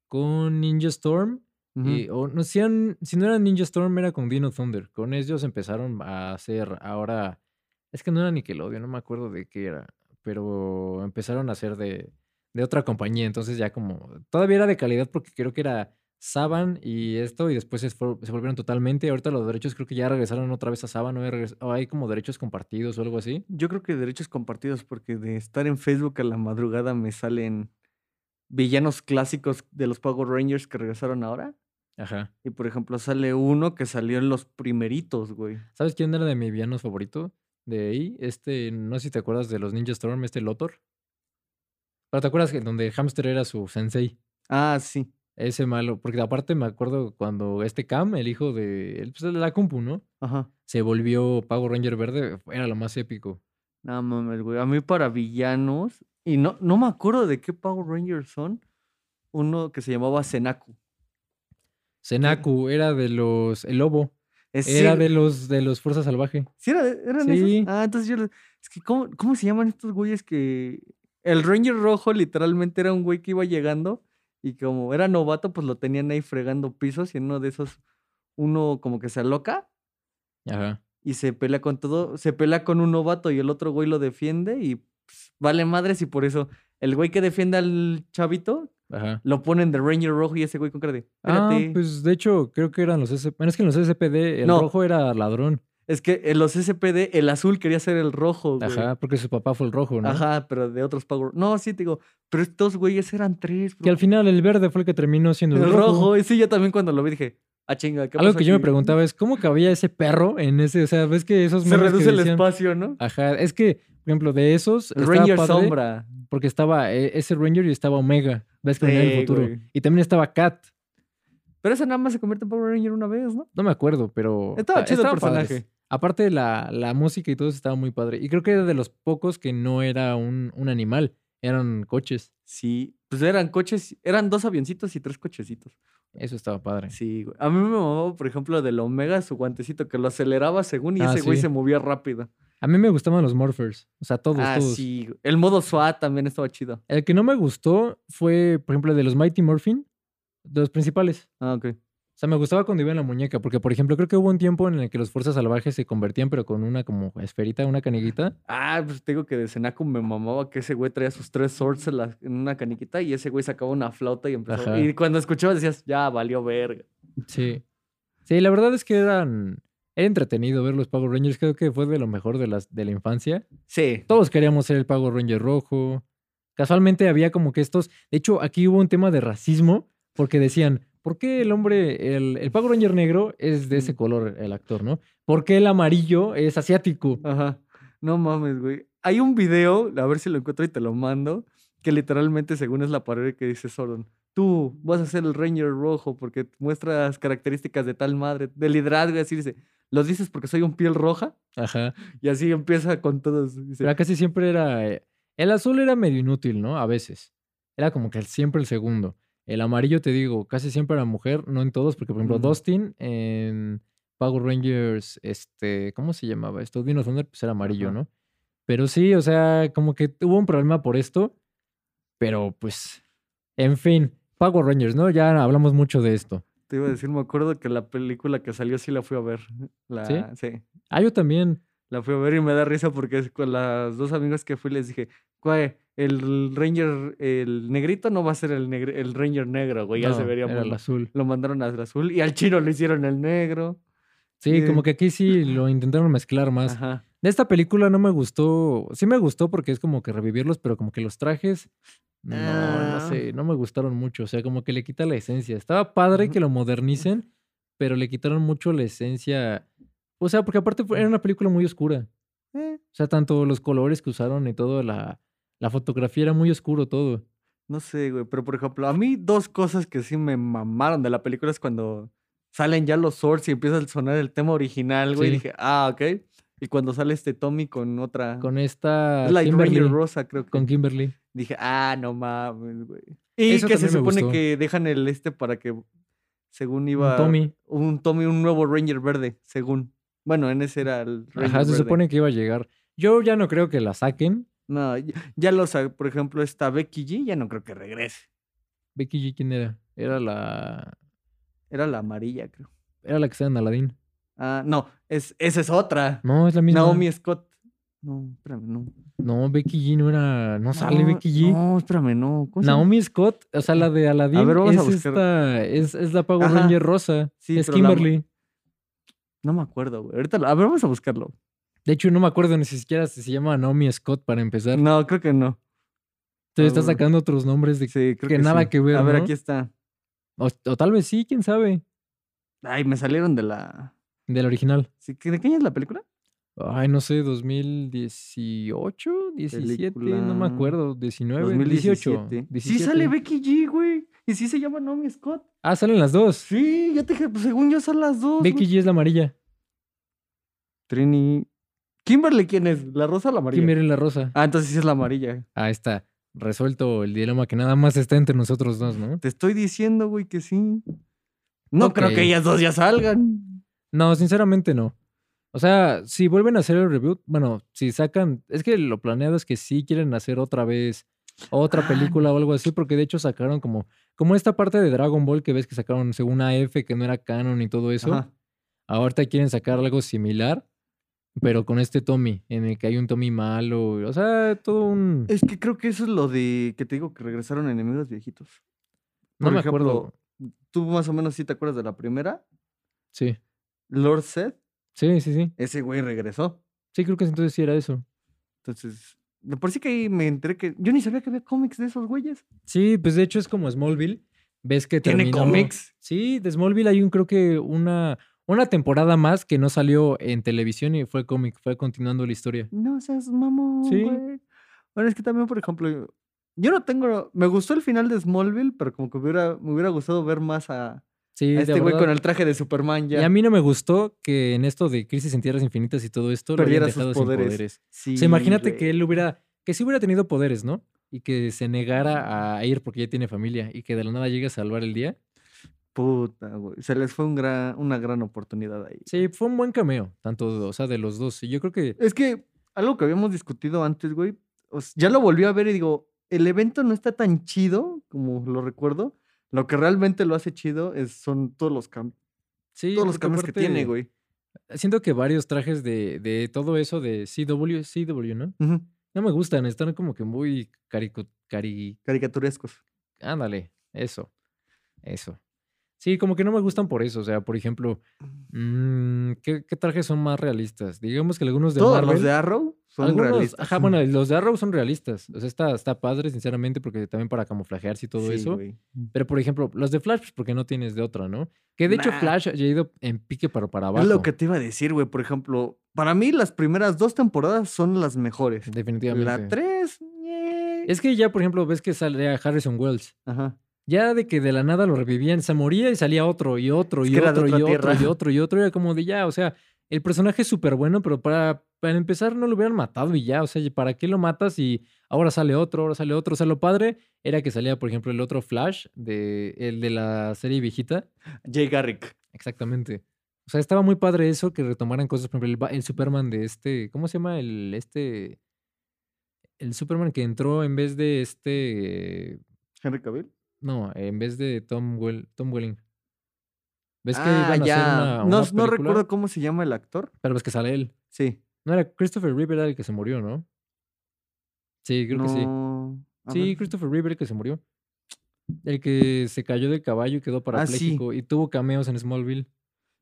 [SPEAKER 1] con Ninja Storm.
[SPEAKER 2] Ujú.
[SPEAKER 1] y- o no, si, eran- si no era Ninja Storm, era con Dino Thunder. Con ellos empezaron a hacer ahora. Es que no era Nickelodeon, no me acuerdo de qué era. Pero empezaron a hacer de, de otra compañía. Entonces ya como. Todavía era de calidad porque creo que era Saban y esto. Y después se, fue- se volvieron totalmente. Ahorita los derechos creo que ya regresaron otra vez a Saban. O, ya regres- o hay como derechos compartidos o algo así.
[SPEAKER 2] Yo creo que derechos compartidos, porque de estar en Facebook a la madrugada me salen villanos clásicos de los Power Rangers que regresaron ahora.
[SPEAKER 1] Ajá.
[SPEAKER 2] Y por ejemplo, sale uno que salió en los primeritos, güey.
[SPEAKER 1] ¿Sabes quién era de mi villano favorito? De ahí, este, no sé si te acuerdas de los Ninja Storm, este Lotor. Pero te acuerdas que donde Hamster era su sensei,
[SPEAKER 2] Ah, sí.
[SPEAKER 1] ese malo, porque aparte me acuerdo cuando este Cam, el hijo de, el- pues, el de la compu, ¿no?
[SPEAKER 2] Ajá.
[SPEAKER 1] Se volvió Power Ranger verde, era lo más épico.
[SPEAKER 2] No mames, güey. A mí para villanos. Y no, no me acuerdo de qué Power Rangers son. Uno que se llamaba Senaku.
[SPEAKER 1] Senaku era de los, el lobo,
[SPEAKER 2] Es,
[SPEAKER 1] era de los, de los Fuerza Salvaje.
[SPEAKER 2] ¿Sí era de- eran
[SPEAKER 1] Sí.
[SPEAKER 2] esos? Ah, entonces yo... los- Es que, ¿cómo, ¿cómo se llaman estos güeyes que...? El Ranger Rojo literalmente era un güey que iba llegando y como era novato, pues lo tenían ahí fregando pisos y en uno de esos, uno como que se aloca
[SPEAKER 1] Ajá.
[SPEAKER 2] y se pelea con todo, se pelea con un novato y el otro güey lo defiende y pues, vale madres y por eso el güey que defiende al chavito
[SPEAKER 1] Ajá.
[SPEAKER 2] lo ponen de Ranger Rojo y ese güey con cara de...
[SPEAKER 1] Ah,
[SPEAKER 2] "Espérate".
[SPEAKER 1] pues de hecho, creo que eran los SP. Bueno, es que en los SPD el
[SPEAKER 2] No.
[SPEAKER 1] rojo era ladrón.
[SPEAKER 2] Es que en los SPD el azul quería ser el rojo, güey.
[SPEAKER 1] Ajá, porque su papá fue el rojo, ¿no?
[SPEAKER 2] Ajá, pero de otros Power. No, sí, te digo, pero estos güeyes eran tres,
[SPEAKER 1] Que
[SPEAKER 2] bro.
[SPEAKER 1] al final el verde fue el que terminó siendo el,
[SPEAKER 2] El
[SPEAKER 1] rojo.
[SPEAKER 2] rojo, y sí, yo también cuando lo vi dije, ah, chinga, ¿qué
[SPEAKER 1] Algo
[SPEAKER 2] pasó
[SPEAKER 1] que yo me
[SPEAKER 2] aquí?".
[SPEAKER 1] preguntaba es cómo cabía ese perro en ese, o sea, ves que esos
[SPEAKER 2] Se
[SPEAKER 1] memes que
[SPEAKER 2] reduce el
[SPEAKER 1] decían-
[SPEAKER 2] espacio, ¿no?
[SPEAKER 1] Ajá, es que, por ejemplo, de esos
[SPEAKER 2] El
[SPEAKER 1] estaba
[SPEAKER 2] Ranger
[SPEAKER 1] padre
[SPEAKER 2] Sombra.
[SPEAKER 1] porque estaba eh, ese Ranger y estaba Omega, ves que venía del
[SPEAKER 2] Sí,
[SPEAKER 1] futuro.
[SPEAKER 2] güey.
[SPEAKER 1] Y también estaba Cat,
[SPEAKER 2] Pero ese nada más se convierte en Power Ranger una vez, ¿no?
[SPEAKER 1] no me acuerdo, pero
[SPEAKER 2] Estaba
[SPEAKER 1] esta-
[SPEAKER 2] chido el
[SPEAKER 1] estaban padres.
[SPEAKER 2] personaje.
[SPEAKER 1] Aparte la la música y todo eso estaba muy padre y creo que era de los pocos que no era un, un animal, eran coches.
[SPEAKER 2] Sí, pues eran coches, eran dos avioncitos y tres cochecitos.
[SPEAKER 1] Eso estaba padre.
[SPEAKER 2] Sí, güey. A mí me mamaba, por ejemplo, del Omega su guantecito que lo aceleraba según y
[SPEAKER 1] Ah,
[SPEAKER 2] ese güey
[SPEAKER 1] sí.
[SPEAKER 2] se movía rápido.
[SPEAKER 1] A mí me gustaban los Morphers, o sea, todos
[SPEAKER 2] ah,
[SPEAKER 1] todos.
[SPEAKER 2] sí. güey. El modo SWAT también estaba chido.
[SPEAKER 1] El que no me gustó fue, por ejemplo, el de los Mighty Morphin, de los principales.
[SPEAKER 2] Ah, ok.
[SPEAKER 1] O sea, me gustaba cuando iba en la muñeca, porque, por ejemplo, creo que hubo un tiempo en el que los fuerzas salvajes se convertían, pero con una como esferita, una caniguita.
[SPEAKER 2] Ah, pues te digo que de Senaku me mamaba que ese güey traía sus tres swords en, la- en una caniquita y ese güey sacaba una flauta y empezaba.
[SPEAKER 1] Ajá.
[SPEAKER 2] Y cuando escuchabas decías, ya valió verga.
[SPEAKER 1] Sí. Sí, la verdad es que eran. Era entretenido ver los Power Rangers. Creo que fue de lo mejor de, las, de la infancia.
[SPEAKER 2] Sí.
[SPEAKER 1] Todos queríamos ser el Power Ranger rojo. Casualmente había como que estos. De hecho, aquí hubo un tema de racismo, porque decían. ¿Por qué el hombre, el, el Power Ranger negro es de ese
[SPEAKER 2] Mm.
[SPEAKER 1] color, el actor, no? ¿Por qué el amarillo es asiático?
[SPEAKER 2] Ajá. No mames, güey. Hay un video, a ver si lo encuentro y te lo mando, que literalmente, según es la parodia que dice Sordon, tú vas a ser el Ranger rojo porque muestras características de tal madre, del liderazgo, y así dice, los dices porque soy un piel roja,
[SPEAKER 1] Ajá.
[SPEAKER 2] y así empieza con todos. dice,
[SPEAKER 1] Pero casi siempre era. eh, El azul era medio inútil, ¿no? A veces. Era como que el- siempre el segundo. El amarillo, te digo, casi siempre era mujer, no en todos, porque por ejemplo,
[SPEAKER 2] Ujú.
[SPEAKER 1] Dustin en Power Rangers, este, ¿cómo se llamaba esto? Dino Thunder, pues era amarillo,
[SPEAKER 2] Ajá.
[SPEAKER 1] ¿no? Pero sí, o sea, como que hubo un problema por esto, pero pues, en fin, Power Rangers, ¿no? Ya hablamos mucho de esto.
[SPEAKER 2] Te iba a decir, me acuerdo que la película que salió sí la fui a ver. La,
[SPEAKER 1] ¿Sí?
[SPEAKER 2] Sí.
[SPEAKER 1] Ah, yo también.
[SPEAKER 2] La fui a ver y me da risa porque es con las dos amigas que fui les dije, güey, el Ranger, el negrito no va a ser el, negre- el Ranger negro, güey, Pues, ya se
[SPEAKER 1] no,
[SPEAKER 2] vería
[SPEAKER 1] era
[SPEAKER 2] muy
[SPEAKER 1] el
[SPEAKER 2] mal".
[SPEAKER 1] azul.
[SPEAKER 2] Lo mandaron al azul y al chino lo hicieron el negro.
[SPEAKER 1] Sí,
[SPEAKER 2] Sí.
[SPEAKER 1] como que aquí sí lo intentaron mezclar más.
[SPEAKER 2] Ajá.
[SPEAKER 1] De esta película no me gustó. Sí me gustó porque es como que revivirlos, pero como que los trajes. No, no
[SPEAKER 2] Ah.
[SPEAKER 1] sé, no me gustaron mucho. O sea, como que le quita la esencia. Estaba padre que lo modernicen, pero le quitaron mucho la esencia. O sea, porque aparte
[SPEAKER 2] Mm.
[SPEAKER 1] fue- era una película muy oscura.
[SPEAKER 2] Eh,
[SPEAKER 1] O sea, tanto los colores que usaron y todo, la, la fotografía era muy oscuro todo.
[SPEAKER 2] no sé, güey, pero por ejemplo, a mí dos cosas que sí me mamaron de la película es cuando salen ya los swords y empieza a sonar el tema original, güey, y
[SPEAKER 1] Sí.
[SPEAKER 2] dije, ah, ok. Y cuando sale este Tommy con otra...
[SPEAKER 1] Con esta
[SPEAKER 2] Ah. es la
[SPEAKER 1] Kimberly,
[SPEAKER 2] Ranger Rosa, creo que.
[SPEAKER 1] con Kimberly.
[SPEAKER 2] Dije, ah, no mames, güey. Y
[SPEAKER 1] Eso
[SPEAKER 2] que
[SPEAKER 1] también
[SPEAKER 2] se
[SPEAKER 1] me
[SPEAKER 2] supone
[SPEAKER 1] gustó.
[SPEAKER 2] que dejan el este para que, según
[SPEAKER 1] con
[SPEAKER 2] iba.
[SPEAKER 1] Tommy.
[SPEAKER 2] Un Tommy, un nuevo Ranger verde, según. Bueno, en ese era el Ranger
[SPEAKER 1] Ajá, se
[SPEAKER 2] verde.
[SPEAKER 1] supone que iba a llegar. Yo ya no creo que la saquen.
[SPEAKER 2] No, ya, ya lo sa- por ejemplo, esta Becky G, ya no creo que regrese.
[SPEAKER 1] Becky G, ¿quién era? Era la.
[SPEAKER 2] Era la amarilla, creo.
[SPEAKER 1] Era la que está en Aladdin.
[SPEAKER 2] Ah, no, es, esa es otra.
[SPEAKER 1] No, es la misma.
[SPEAKER 2] Naomi Scott. No, espérame, no.
[SPEAKER 1] No, Becky G no era. No sale
[SPEAKER 2] No,
[SPEAKER 1] Becky G.
[SPEAKER 2] No, espérame, no. ¿Cómo se llama?
[SPEAKER 1] Naomi Scott, o sea, la de Aladdin.
[SPEAKER 2] ver, vamos
[SPEAKER 1] es
[SPEAKER 2] a buscar.
[SPEAKER 1] esta- es, es la Power
[SPEAKER 2] Ajá.
[SPEAKER 1] Ranger rosa.
[SPEAKER 2] Sí,
[SPEAKER 1] es
[SPEAKER 2] pero la-
[SPEAKER 1] Kimberly.
[SPEAKER 2] No me acuerdo, güey. Ahorita, lo- a ver, vamos a buscarlo.
[SPEAKER 1] De hecho, no me acuerdo ni siquiera si se llama Naomi Scott para empezar.
[SPEAKER 2] No, creo que no.
[SPEAKER 1] Entonces está
[SPEAKER 2] seguro.
[SPEAKER 1] sacando otros nombres de.
[SPEAKER 2] Sí, creo
[SPEAKER 1] que
[SPEAKER 2] que
[SPEAKER 1] nada
[SPEAKER 2] sí.
[SPEAKER 1] que ver,
[SPEAKER 2] A ver,
[SPEAKER 1] ¿no?
[SPEAKER 2] aquí está.
[SPEAKER 1] O, o tal vez sí, quién sabe.
[SPEAKER 2] Ay, me salieron de la.
[SPEAKER 1] Del original.
[SPEAKER 2] Sí, ¿De qué año es la película?
[SPEAKER 1] Ay, no sé, 2018, 17, no me
[SPEAKER 2] Película.
[SPEAKER 1] acuerdo, 19,
[SPEAKER 2] 2018.
[SPEAKER 1] 18.
[SPEAKER 2] Sí,
[SPEAKER 1] 17.
[SPEAKER 2] sale Becky G, güey. Y sí se llama Naomi Scott.
[SPEAKER 1] Ah, salen las dos.
[SPEAKER 2] Sí, ya te dije, pues, según yo son las dos.
[SPEAKER 1] Becky
[SPEAKER 2] güey.
[SPEAKER 1] G es la amarilla.
[SPEAKER 2] Trini. Kimberly, ¿quién es? ¿La rosa o la amarilla?
[SPEAKER 1] Kimberly la rosa.
[SPEAKER 2] Ah, entonces sí es la amarilla.
[SPEAKER 1] Ahí está. Resuelto el dilema que nada más está entre nosotros dos, ¿no?
[SPEAKER 2] Te estoy diciendo, güey, que sí. No creo
[SPEAKER 1] Ok.
[SPEAKER 2] que ellas dos ya salgan.
[SPEAKER 1] No, sinceramente no. O sea, si vuelven a hacer el reboot, bueno, si sacan, es que lo planeado es que sí quieren hacer otra vez otra
[SPEAKER 2] Ah,
[SPEAKER 1] película o algo así, porque de hecho sacaron como, como esta parte de Dragon Ball que ves que sacaron según AF que no era canon y todo eso.
[SPEAKER 2] Ajá.
[SPEAKER 1] Ahorita quieren sacar algo similar, pero con este Tommy, en el que hay un Tommy malo, o sea, todo un...
[SPEAKER 2] Es que creo que eso es lo de que te digo que regresaron enemigos viejitos.
[SPEAKER 1] No
[SPEAKER 2] por
[SPEAKER 1] me
[SPEAKER 2] ejemplo,
[SPEAKER 1] acuerdo.
[SPEAKER 2] Tú más o menos sí te acuerdas de la primera.
[SPEAKER 1] Sí,
[SPEAKER 2] Lord Seth,
[SPEAKER 1] sí, sí, sí.
[SPEAKER 2] ese güey regresó.
[SPEAKER 1] Sí, creo que entonces sí era eso.
[SPEAKER 2] Entonces, de por sí que ahí me enteré que yo ni sabía que había cómics de esos güeyes.
[SPEAKER 1] Sí, pues de hecho es como Smallville. ¿Ves que
[SPEAKER 2] Tiene
[SPEAKER 1] terminó-
[SPEAKER 2] cómics.
[SPEAKER 1] Sí, de Smallville hay un, creo que una, una temporada más que no salió en televisión y fue cómic, fue continuando la historia.
[SPEAKER 2] No seas mamón,
[SPEAKER 1] Sí.
[SPEAKER 2] güey. Bueno, es que también, por ejemplo, yo- yo no tengo. Me gustó el final de Smallville, pero como que hubiera, me hubiera gustado ver más a, a
[SPEAKER 1] Sí, de
[SPEAKER 2] este güey con
[SPEAKER 1] verdad.
[SPEAKER 2] el traje de Superman ya.
[SPEAKER 1] Y a mí no me gustó que en esto de Crisis en Tierras Infinitas y todo esto lo
[SPEAKER 2] Perdiera
[SPEAKER 1] hayan
[SPEAKER 2] sus
[SPEAKER 1] dejado sin
[SPEAKER 2] poderes.
[SPEAKER 1] poderes.
[SPEAKER 2] Sí,
[SPEAKER 1] o sea, imagínate
[SPEAKER 2] güey.
[SPEAKER 1] que él hubiera, que sí hubiera tenido poderes, ¿no? Y que se negara a ir porque ya tiene familia y que de la nada llegue a salvar el día.
[SPEAKER 2] Puta, güey. Se les fue un gran, una gran oportunidad ahí.
[SPEAKER 1] Sí, fue un buen cameo, tanto, o sea, de los dos. Y yo creo que
[SPEAKER 2] Es que algo que habíamos discutido antes, güey. o s- ya lo volví a ver y digo, el evento no está tan chido como lo recuerdo. Lo que realmente lo hace chido es, son todos los, cam-
[SPEAKER 1] sí,
[SPEAKER 2] todos los
[SPEAKER 1] porque
[SPEAKER 2] cambios que tiene,
[SPEAKER 1] aparte,
[SPEAKER 2] güey.
[SPEAKER 1] Siento que varios trajes de, de todo eso de CW, CW, ¿no?
[SPEAKER 2] Ujú,
[SPEAKER 1] No me gustan, están como que muy carico, cari...
[SPEAKER 2] Caricaturescos.
[SPEAKER 1] Ándale, eso, eso. Sí, como que no me gustan por eso. O sea, por ejemplo, mm, ¿qué, qué trajes son más realistas? Digamos que algunos de
[SPEAKER 2] Todos
[SPEAKER 1] Marvel...
[SPEAKER 2] los de Arrow son
[SPEAKER 1] algunos-
[SPEAKER 2] realistas.
[SPEAKER 1] Ajá, bueno, los de Arrow son realistas. O sea, está, está padre, sinceramente, porque también para camuflajearse y todo
[SPEAKER 2] Sí,
[SPEAKER 1] eso.
[SPEAKER 2] güey. Mm.
[SPEAKER 1] Pero, por ejemplo, los de Flash, pues, porque no tienes de otra, ¿no? Que de hecho
[SPEAKER 2] Nah.
[SPEAKER 1] Flash ha ido en pique para, para abajo.
[SPEAKER 2] Es lo que te iba a decir, güey. Por ejemplo, para mí las primeras dos temporadas son las mejores.
[SPEAKER 1] Definitivamente.
[SPEAKER 2] La tres, ñe.
[SPEAKER 1] Es que ya, por ejemplo, ves que sale a Harrison Wells.
[SPEAKER 2] Ajá.
[SPEAKER 1] Ya de que de la nada lo revivían, se moría y salía otro y otro
[SPEAKER 2] Es
[SPEAKER 1] y
[SPEAKER 2] que era de
[SPEAKER 1] otro y
[SPEAKER 2] otra
[SPEAKER 1] otro
[SPEAKER 2] tierra.
[SPEAKER 1] y otro y otro. Era como de ya, o sea, el personaje es súper bueno, pero para, para empezar no lo hubieran matado y ya, o sea, ¿para qué lo matas? Y ahora sale otro, ahora sale otro. O sea, lo padre era que salía, por ejemplo, el otro Flash, de, el de la serie viejita.
[SPEAKER 2] Jay Garrick.
[SPEAKER 1] Exactamente. O sea, estaba muy padre eso, que retomaran cosas, por ejemplo, el, Ba- el Superman de este, ¿cómo se llama? El, este, el Superman que entró en vez de este,
[SPEAKER 2] Henry Cavill.
[SPEAKER 1] no, en vez de Tom, Wel- Tom Welling. ¿Ves que
[SPEAKER 2] Ah,
[SPEAKER 1] iban a hacer
[SPEAKER 2] ya.
[SPEAKER 1] una,
[SPEAKER 2] no,
[SPEAKER 1] una
[SPEAKER 2] no
[SPEAKER 1] película?
[SPEAKER 2] recuerdo cómo se llama el actor.
[SPEAKER 1] Pero ves que sale él.
[SPEAKER 2] Sí.
[SPEAKER 1] No era Christopher Reeve era el que se murió, ¿no? Sí, creo que sí.
[SPEAKER 2] No, a
[SPEAKER 1] Sí,
[SPEAKER 2] ver.
[SPEAKER 1] Christopher Reeve era el que se murió. El que se cayó del caballo y
[SPEAKER 2] Ah,
[SPEAKER 1] quedó parapléjico y tuvo cameos en Smallville.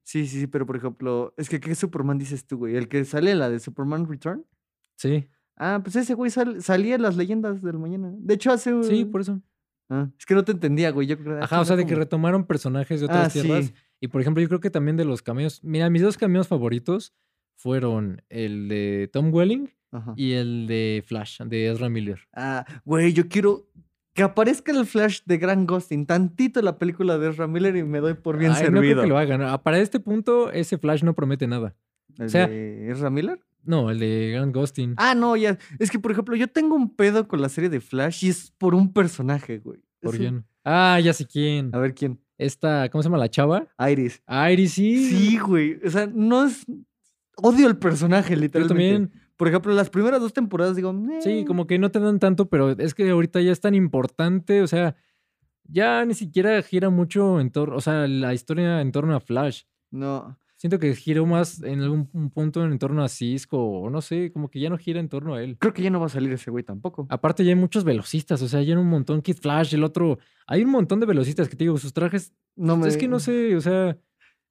[SPEAKER 2] Sí, sí, sí, pero por ejemplo, es que ¿qué Superman dices tú, güey? El que sale en la de Superman Return.
[SPEAKER 1] Sí,
[SPEAKER 2] Ah, pues ese güey sal- salía en las leyendas del mañana. De hecho, hace.
[SPEAKER 1] sí,
[SPEAKER 2] un-
[SPEAKER 1] por eso.
[SPEAKER 2] Ah, es que no te entendía, güey. Yo creo
[SPEAKER 1] Ajá, o sea, de que
[SPEAKER 2] retomas
[SPEAKER 1] retomaron personajes de
[SPEAKER 2] Ah,
[SPEAKER 1] otras tierras. Y por ejemplo, yo creo que también de los cameos. Mira, mis dos cameos favoritos fueron el de Tom Welling
[SPEAKER 2] Ajá.
[SPEAKER 1] y el de Flash, de Ezra Miller.
[SPEAKER 2] Ah, güey, yo quiero que aparezca el flash de Gran Ghosting tantito en la película de Ezra Miller y me doy por bien
[SPEAKER 1] Ay, No creo
[SPEAKER 2] servido.
[SPEAKER 1] que lo hagan. Ah, Para este punto, ese Flash no promete nada.
[SPEAKER 2] ¿El
[SPEAKER 1] sea-
[SPEAKER 2] de Ezra Miller?
[SPEAKER 1] No, el de Grant Gustin.
[SPEAKER 2] Ah, no, ya. Es que, por ejemplo, yo tengo un pedo con la serie de Flash y es por un personaje, güey.
[SPEAKER 1] ¿Por
[SPEAKER 2] Es un-
[SPEAKER 1] quién? Ah, ya sé quién.
[SPEAKER 2] A ver quién.
[SPEAKER 1] Esta, ¿cómo se llama la chava?
[SPEAKER 2] Iris.
[SPEAKER 1] Ah, Iris, sí.
[SPEAKER 2] Sí, güey. O sea, no es. Odio el personaje,
[SPEAKER 1] Yo
[SPEAKER 2] literalmente.
[SPEAKER 1] también.
[SPEAKER 2] Por ejemplo, las primeras dos temporadas digo.
[SPEAKER 1] Sí,
[SPEAKER 2] "Meh".
[SPEAKER 1] como que no te dan tanto, pero es que ahorita ya es tan importante. O sea, ya ni siquiera gira mucho en torno, o sea, la historia en torno a Flash.
[SPEAKER 2] No.
[SPEAKER 1] Siento que giró más en algún un punto en torno a Cisco, o no sé, como que ya no gira en torno a él.
[SPEAKER 2] Creo que ya no va a salir ese güey tampoco.
[SPEAKER 1] Aparte, ya hay muchos velocistas, o sea, ya hay un montón, Kid Flash, el otro. Hay un montón de velocistas que te digo, sus trajes.
[SPEAKER 2] No me-
[SPEAKER 1] Pues Es que no sé, o sea,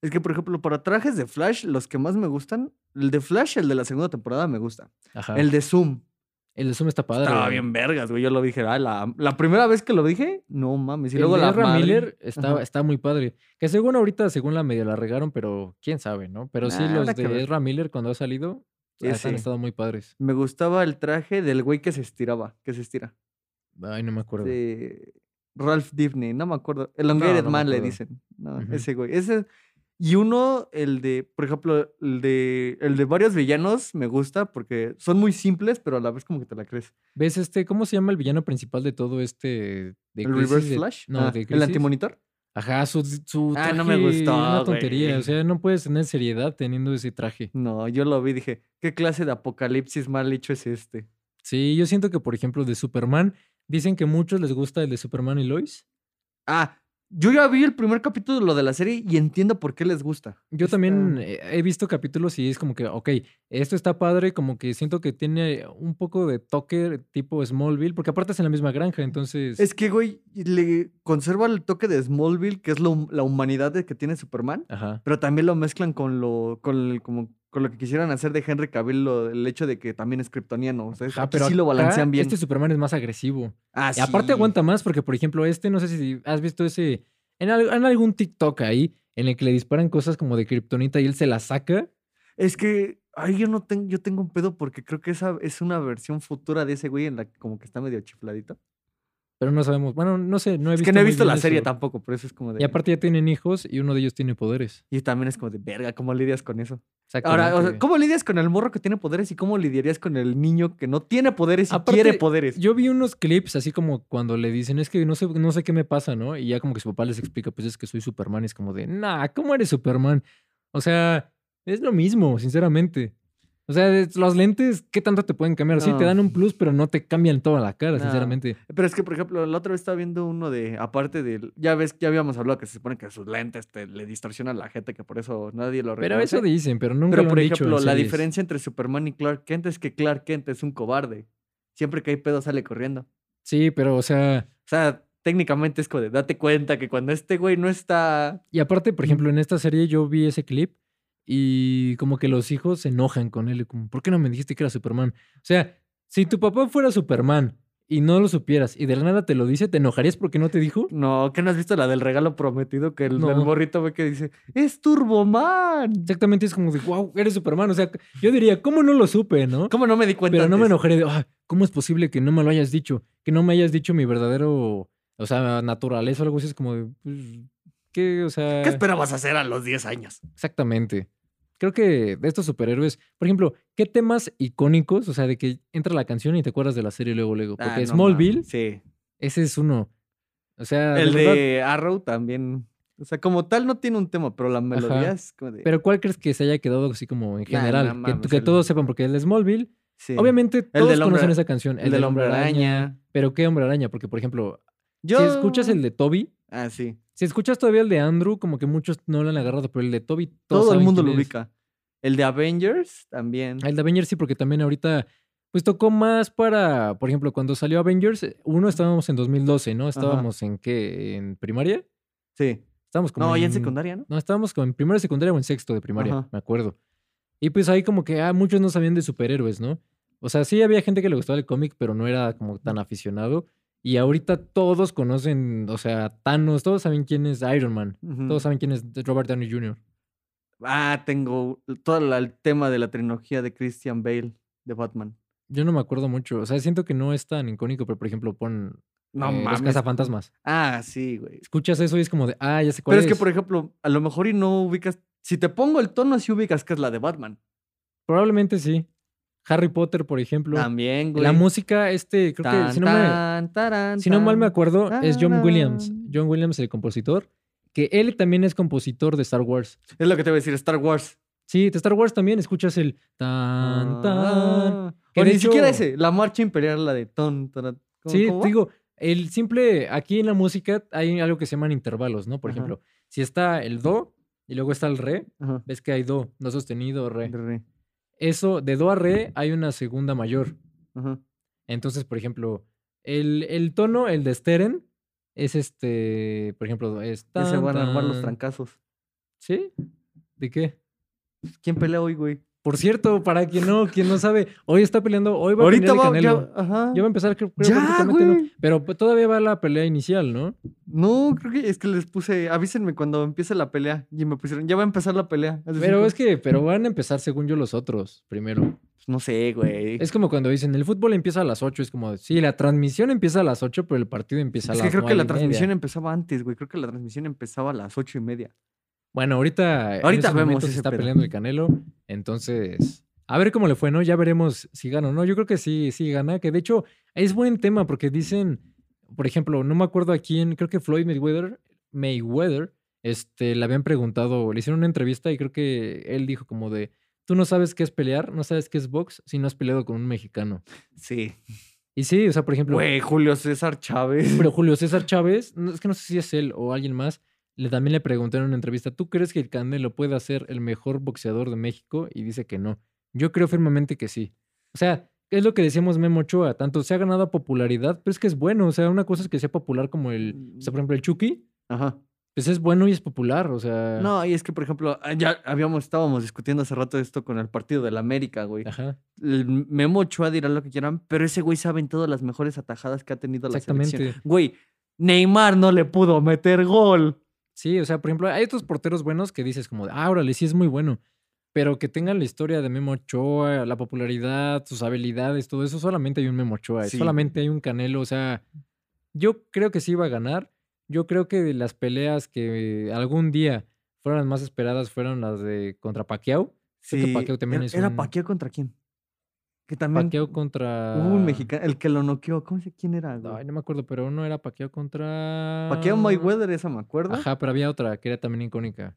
[SPEAKER 2] Es que, por ejemplo, para trajes de Flash, los que más me gustan, el de Flash, el de la segunda temporada, me gusta.
[SPEAKER 1] ajá,
[SPEAKER 2] El
[SPEAKER 1] el,
[SPEAKER 2] de Zoom.
[SPEAKER 1] de Zoom está padre.
[SPEAKER 2] Estaba
[SPEAKER 1] güey.
[SPEAKER 2] bien vergas, güey. Yo lo dije, ah, la, la primera vez que lo dije, no mames. Y
[SPEAKER 1] el
[SPEAKER 2] luego
[SPEAKER 1] de
[SPEAKER 2] la
[SPEAKER 1] Ezra
[SPEAKER 2] madre-
[SPEAKER 1] Miller está,
[SPEAKER 2] Ajá.
[SPEAKER 1] está muy padre. Que según ahorita, según la medio la regaron, pero quién sabe, ¿no? Pero sí,
[SPEAKER 2] Nah,
[SPEAKER 1] los
[SPEAKER 2] habrá que ver.
[SPEAKER 1] de Ezra Miller cuando ha salido ah,
[SPEAKER 2] Sí,
[SPEAKER 1] han
[SPEAKER 2] sí.
[SPEAKER 1] estado muy padres.
[SPEAKER 2] Me gustaba el traje del güey que se estiraba, que se estira.
[SPEAKER 1] Ay, no me acuerdo.
[SPEAKER 2] De este, Ralph Divney, no me acuerdo. Elongated
[SPEAKER 1] no me
[SPEAKER 2] Man le
[SPEAKER 1] acuerdo.
[SPEAKER 2] dicen. No,
[SPEAKER 1] Ujú.
[SPEAKER 2] ese güey. Ese. Y uno, el de, por ejemplo, el de, el de varios villanos me gusta porque son muy simples, pero a la vez como que te la crees.
[SPEAKER 1] ¿Ves este? ¿Cómo se llama el villano principal de todo este? De
[SPEAKER 2] ¿El
[SPEAKER 1] Crisis
[SPEAKER 2] Reverse
[SPEAKER 1] de-
[SPEAKER 2] Flash?
[SPEAKER 1] No,
[SPEAKER 2] Ah,
[SPEAKER 1] de
[SPEAKER 2] ¿El
[SPEAKER 1] Crisis.
[SPEAKER 2] antimonitor?
[SPEAKER 1] Ajá, su, su
[SPEAKER 2] Ah,
[SPEAKER 1] traje
[SPEAKER 2] no me gustó,
[SPEAKER 1] una tontería.
[SPEAKER 2] güey.
[SPEAKER 1] O sea, no puedes tener seriedad teniendo ese traje.
[SPEAKER 2] No, yo lo vi y dije, ¿qué clase de apocalipsis mal hecho es este?
[SPEAKER 1] Sí, yo siento que, por ejemplo, de Superman, dicen que muchos les gusta el de Superman y Lois.
[SPEAKER 2] Ah, yo ya vi el primer capítulo de lo de la serie y entiendo por qué les gusta.
[SPEAKER 1] Yo
[SPEAKER 2] Está-
[SPEAKER 1] también eh, he visto capítulos y es como que, ok, esto está padre, como que siento que tiene un poco de toque tipo Smallville, porque aparte es en la misma granja, entonces...
[SPEAKER 2] Es que, güey, le conserva el toque de Smallville, que es lo- la humanidad de- que tiene Superman,
[SPEAKER 1] Ajá.
[SPEAKER 2] pero también lo mezclan con lo, con el- como, con lo que quisieran hacer de Henry Cavill, lo- el hecho de que también es kryptoniano. O sea,
[SPEAKER 1] Ajá,
[SPEAKER 2] aquí
[SPEAKER 1] Ah, pero
[SPEAKER 2] sí lo
[SPEAKER 1] acá
[SPEAKER 2] balancean bien.
[SPEAKER 1] Este Superman es más agresivo.
[SPEAKER 2] Ah,
[SPEAKER 1] Y aparte
[SPEAKER 2] sí.
[SPEAKER 1] aguanta más porque, por ejemplo, este, no sé si has visto ese... En, al- en algún TikTok ahí, en el que le disparan cosas como de kriptonita y él se la saca.
[SPEAKER 2] Es que, ay, yo no tengo, yo tengo un pedo porque creo que esa es una versión futura de ese güey en la que como que está medio chifladito.
[SPEAKER 1] Pero no sabemos. Bueno, no sé, no he
[SPEAKER 2] Es
[SPEAKER 1] visto.
[SPEAKER 2] que no he
[SPEAKER 1] muy
[SPEAKER 2] visto
[SPEAKER 1] bien
[SPEAKER 2] la serie
[SPEAKER 1] eso.
[SPEAKER 2] tampoco, pero eso es como de...
[SPEAKER 1] Y aparte ya tienen hijos y uno de ellos tiene poderes.
[SPEAKER 2] Y también es como de verga, ¿cómo lidias con eso?
[SPEAKER 1] Exactamente.
[SPEAKER 2] Ahora, o sea, ¿cómo lidias con el morro que tiene poderes y cómo lidiarías con el niño que no tiene poderes y
[SPEAKER 1] Aparte,
[SPEAKER 2] quiere poderes?
[SPEAKER 1] Yo vi unos clips así como cuando le dicen, es que no sé, no sé qué me pasa, ¿no? Y ya como que su papá les explica, pues es que soy Superman. Y es como de, nah, ¿cómo eres Superman? O sea, es lo mismo, sinceramente. O sea, es- los lentes, ¿qué tanto te pueden cambiar? Sí,
[SPEAKER 2] No.
[SPEAKER 1] te dan un plus, pero no te cambian toda la cara,
[SPEAKER 2] No.
[SPEAKER 1] sinceramente.
[SPEAKER 2] Pero es que, por ejemplo, la otra vez estaba viendo uno de, aparte del, ya ves, ya habíamos hablado que se supone que sus lentes te- le distorsionan la gente, que por eso nadie lo
[SPEAKER 1] Pero
[SPEAKER 2] reconoce.
[SPEAKER 1] eso dicen, pero nunca
[SPEAKER 2] Pero,
[SPEAKER 1] lo han
[SPEAKER 2] por
[SPEAKER 1] dicho en
[SPEAKER 2] ejemplo, la
[SPEAKER 1] series.
[SPEAKER 2] diferencia entre Superman y Clark Kent es que Clark Kent es un cobarde. Siempre que hay pedo sale corriendo.
[SPEAKER 1] Sí, pero o sea,
[SPEAKER 2] O sea, técnicamente es como de, date cuenta que cuando este güey no está...
[SPEAKER 1] Y aparte, por ejemplo, en esta serie yo vi ese clip y como que los hijos se enojan con él. y Como, ¿Por qué no me dijiste que era Superman? O sea, si tu papá fuera Superman y no lo supieras y de la nada te lo dice, ¿te enojarías porque no te dijo?
[SPEAKER 2] No, ¿qué no has visto la del regalo prometido? Que el, el
[SPEAKER 1] No.
[SPEAKER 2] morrito ve que dice, es Turboman.
[SPEAKER 1] Exactamente, es como de, wow, eres Superman. O sea, yo diría, ¿cómo no lo supe, no?
[SPEAKER 2] ¿Cómo no me di cuenta?
[SPEAKER 1] Pero no me
[SPEAKER 2] antes?
[SPEAKER 1] enojaré de, "Ah, ¿cómo es posible que no me lo hayas dicho? Que no me hayas dicho mi verdadero, o sea, naturaleza o algo así. Es como de, pues, ¿qué? O sea...
[SPEAKER 2] ¿Qué esperabas hacer a los 10 años?
[SPEAKER 1] Exactamente. Creo que de estos superhéroes, por ejemplo, ¿qué temas icónicos? O sea, de que entra la canción y te acuerdas de la serie luego, luego.
[SPEAKER 2] Ah,
[SPEAKER 1] Porque
[SPEAKER 2] no
[SPEAKER 1] Smallville,
[SPEAKER 2] mames, Sí.
[SPEAKER 1] ese es uno. O sea,
[SPEAKER 2] El
[SPEAKER 1] verdad.
[SPEAKER 2] de Arrow también. O sea, como tal no tiene un tema, pero la melodía
[SPEAKER 1] Ajá.
[SPEAKER 2] es como de...
[SPEAKER 1] Pero ¿cuál crees que se haya quedado así como en
[SPEAKER 2] Nah, no
[SPEAKER 1] general? Que- que
[SPEAKER 2] mames, el-
[SPEAKER 1] todos sepan, porque el de Smallville,
[SPEAKER 2] Sí.
[SPEAKER 1] obviamente todos
[SPEAKER 2] del hombre-
[SPEAKER 1] conocen esa canción.
[SPEAKER 2] El, del Hombre Araña.
[SPEAKER 1] Pero ¿qué Hombre Araña? Porque, por ejemplo,
[SPEAKER 2] Yo...
[SPEAKER 1] si escuchas el de Toby,
[SPEAKER 2] Ah, sí.
[SPEAKER 1] si escuchas todavía el de Andrew, como que muchos no lo han agarrado, pero el de Toby todos
[SPEAKER 2] Todo el
[SPEAKER 1] saben
[SPEAKER 2] mundo lo
[SPEAKER 1] quién es.
[SPEAKER 2] ubica. El de Avengers también.
[SPEAKER 1] El de Avengers sí, porque también ahorita, pues tocó más para, por ejemplo, cuando salió Avengers, eh, uno estábamos en 2012, ¿no? Estábamos en qué, en primaria?
[SPEAKER 2] Sí.
[SPEAKER 1] Estábamos como
[SPEAKER 2] No, ya en secundaria, ¿no?
[SPEAKER 1] No, estábamos como en primero de secundaria o en sexto de primaria,
[SPEAKER 2] Ajá.
[SPEAKER 1] me acuerdo. Y pues ahí como que, ah, muchos no sabían de superhéroes, ¿no? O sea, sí había gente que le gustaba el cómic, pero no era como tan aficionado. Y ahorita todos conocen, o sea, Thanos, todos saben quién es Iron Man,
[SPEAKER 2] Ujú.
[SPEAKER 1] todos saben quién es Robert Downey Jr.
[SPEAKER 2] Ah, tengo todo la- el tema de la trilogía de Christian Bale de Batman.
[SPEAKER 1] Yo no me acuerdo mucho, o sea, siento que no es tan icónico, pero por ejemplo, pon
[SPEAKER 2] No
[SPEAKER 1] eh,
[SPEAKER 2] mames.
[SPEAKER 1] Los cazafantasmas.
[SPEAKER 2] Ah, sí, güey.
[SPEAKER 1] escuchas eso y es como de, ah, ya sé cuál
[SPEAKER 2] Pero es que, por ejemplo, a lo mejor y no ubicas. Si te pongo el tono, sí ubicas que es la de Batman.
[SPEAKER 1] Probablemente sí. Harry Potter, por ejemplo.
[SPEAKER 2] También, güey.
[SPEAKER 1] la música, este, creo
[SPEAKER 2] Tan,
[SPEAKER 1] que, si no, me,
[SPEAKER 2] tan, tarán,
[SPEAKER 1] si no mal me
[SPEAKER 2] tan.
[SPEAKER 1] acuerdo, es John Williams.
[SPEAKER 2] tarán.
[SPEAKER 1] John Williams, el compositor, que él también es compositor de Star Wars.
[SPEAKER 2] Es lo que te voy a decir, Star Wars.
[SPEAKER 1] Sí, de Star Wars también escuchas el tan, tan.
[SPEAKER 2] Ah.
[SPEAKER 1] Que
[SPEAKER 2] O
[SPEAKER 1] de
[SPEAKER 2] ni siquiera
[SPEAKER 1] hecho-
[SPEAKER 2] ese. La marcha imperial, la de ton, tarán. ¿Cómo-
[SPEAKER 1] Sí,
[SPEAKER 2] cómo va?
[SPEAKER 1] te digo, El simple, aquí en la música hay algo que se llaman intervalos, ¿no? Por
[SPEAKER 2] Ajá.
[SPEAKER 1] ejemplo, si está el do y luego está el re,
[SPEAKER 2] Ajá.
[SPEAKER 1] ves que hay do, no sostenido, re.
[SPEAKER 2] Re.
[SPEAKER 1] Eso, de do a re hay una segunda mayor.
[SPEAKER 2] Ajá.
[SPEAKER 1] Entonces, por ejemplo, el, el tono, el de Steren, es este, por ejemplo, es
[SPEAKER 2] Ya se
[SPEAKER 1] tan,
[SPEAKER 2] van a armar los
[SPEAKER 1] tan.
[SPEAKER 2] trancazos.
[SPEAKER 1] ¿Sí? ¿De qué?
[SPEAKER 2] ¿Quién pelea hoy, güey?
[SPEAKER 1] Por cierto, para quien no, quien no sabe, hoy está peleando, hoy va a
[SPEAKER 2] Ahorita
[SPEAKER 1] pelear
[SPEAKER 2] va,
[SPEAKER 1] el
[SPEAKER 2] ya,
[SPEAKER 1] Canelo.
[SPEAKER 2] ajá.
[SPEAKER 1] Ya va a empezar, creo, creo
[SPEAKER 2] Ya,
[SPEAKER 1] prácticamente, ¿no?
[SPEAKER 2] güey. Pues,
[SPEAKER 1] Pero pues, todavía va la pelea inicial, ¿no?
[SPEAKER 2] No, creo que es que les puse, avísenme cuando empiece la pelea. Y me pusieron, ya va a empezar la pelea. Así
[SPEAKER 1] Pero
[SPEAKER 2] como-
[SPEAKER 1] es que, pero van a empezar según yo los otros primero.
[SPEAKER 2] No sé, güey. Es,
[SPEAKER 1] Es como cuando dicen, el fútbol empieza a las 8, es como, sí, la transmisión empieza a las 8, pero el partido empieza a las
[SPEAKER 2] que creo que
[SPEAKER 1] 9
[SPEAKER 2] la
[SPEAKER 1] y media".
[SPEAKER 2] transmisión empezaba antes, güey. Creo que la transmisión empezaba a las ocho y media.
[SPEAKER 1] Bueno, ahorita, en
[SPEAKER 2] Ahorita
[SPEAKER 1] estos
[SPEAKER 2] vemos
[SPEAKER 1] momentos se
[SPEAKER 2] ese
[SPEAKER 1] está
[SPEAKER 2] pedo.
[SPEAKER 1] peleando el Canelo, entonces, a ver cómo le fue, ¿no? Ya veremos si gana o no. Yo creo que sí, sí gana, que de hecho es buen tema porque dicen, por ejemplo, no me acuerdo a quién, creo que Floyd Mayweather, Mayweather, este, le habían preguntado, le hicieron una entrevista y creo que él dijo como de, tú no sabes qué es pelear, no sabes qué es box si no has peleado con un mexicano.
[SPEAKER 2] Sí.
[SPEAKER 1] Y sí, o sea, por ejemplo,
[SPEAKER 2] Güey, Julio César Chávez.
[SPEAKER 1] pero Julio César Chávez, no, es que no sé si es él o alguien más, le también le preguntaron en una entrevista, ¿tú crees que el Canelo pueda ser el mejor boxeador de México? Y dice que no. Yo creo firmemente que sí. O sea, es lo que decíamos Memo Ochoa, tanto se ha ganado popularidad, pero es que es bueno, o sea, una cosa es que sea popular como el, o sea, por ejemplo, el Chucky,
[SPEAKER 2] Mm. Ajá.
[SPEAKER 1] pues es bueno y es popular, o sea,
[SPEAKER 2] No, y es que, por ejemplo, ah, ya habíamos, estábamos discutiendo hace rato esto con el partido del América, güey.
[SPEAKER 1] ajá,
[SPEAKER 2] El Memo Ochoa dirá lo que quieran, pero ese güey sabe en todas las mejores atajadas que ha tenido la selección.
[SPEAKER 1] exactamente.
[SPEAKER 2] Güey, Neymar no le pudo meter gol.
[SPEAKER 1] Sí, o sea, por ejemplo, hay otros porteros buenos que dices como, de, ah, órale, sí es muy bueno, pero que tengan la historia de Memo Ochoa, la popularidad, sus habilidades, todo eso, solamente hay un Memo Ochoa, y
[SPEAKER 2] Sí.
[SPEAKER 1] solamente hay un Canelo, o sea, yo creo que sí iba a ganar, yo creo que de las peleas que algún día fueron las más esperadas fueron las de contra Pacquiao, Creo que Pacquiao también
[SPEAKER 2] era,
[SPEAKER 1] es
[SPEAKER 2] era
[SPEAKER 1] un-
[SPEAKER 2] Pacquiao contra quién? Que también
[SPEAKER 1] Pacquiao contra...
[SPEAKER 2] hubo un mexicano, el que lo noqueó, ¿cómo se quién era? güey?
[SPEAKER 1] Ay, no me acuerdo, pero uno era Pacquiao contra...
[SPEAKER 2] Pacquiao Mayweather, esa me acuerdo.
[SPEAKER 1] Ajá, pero había otra que era también icónica.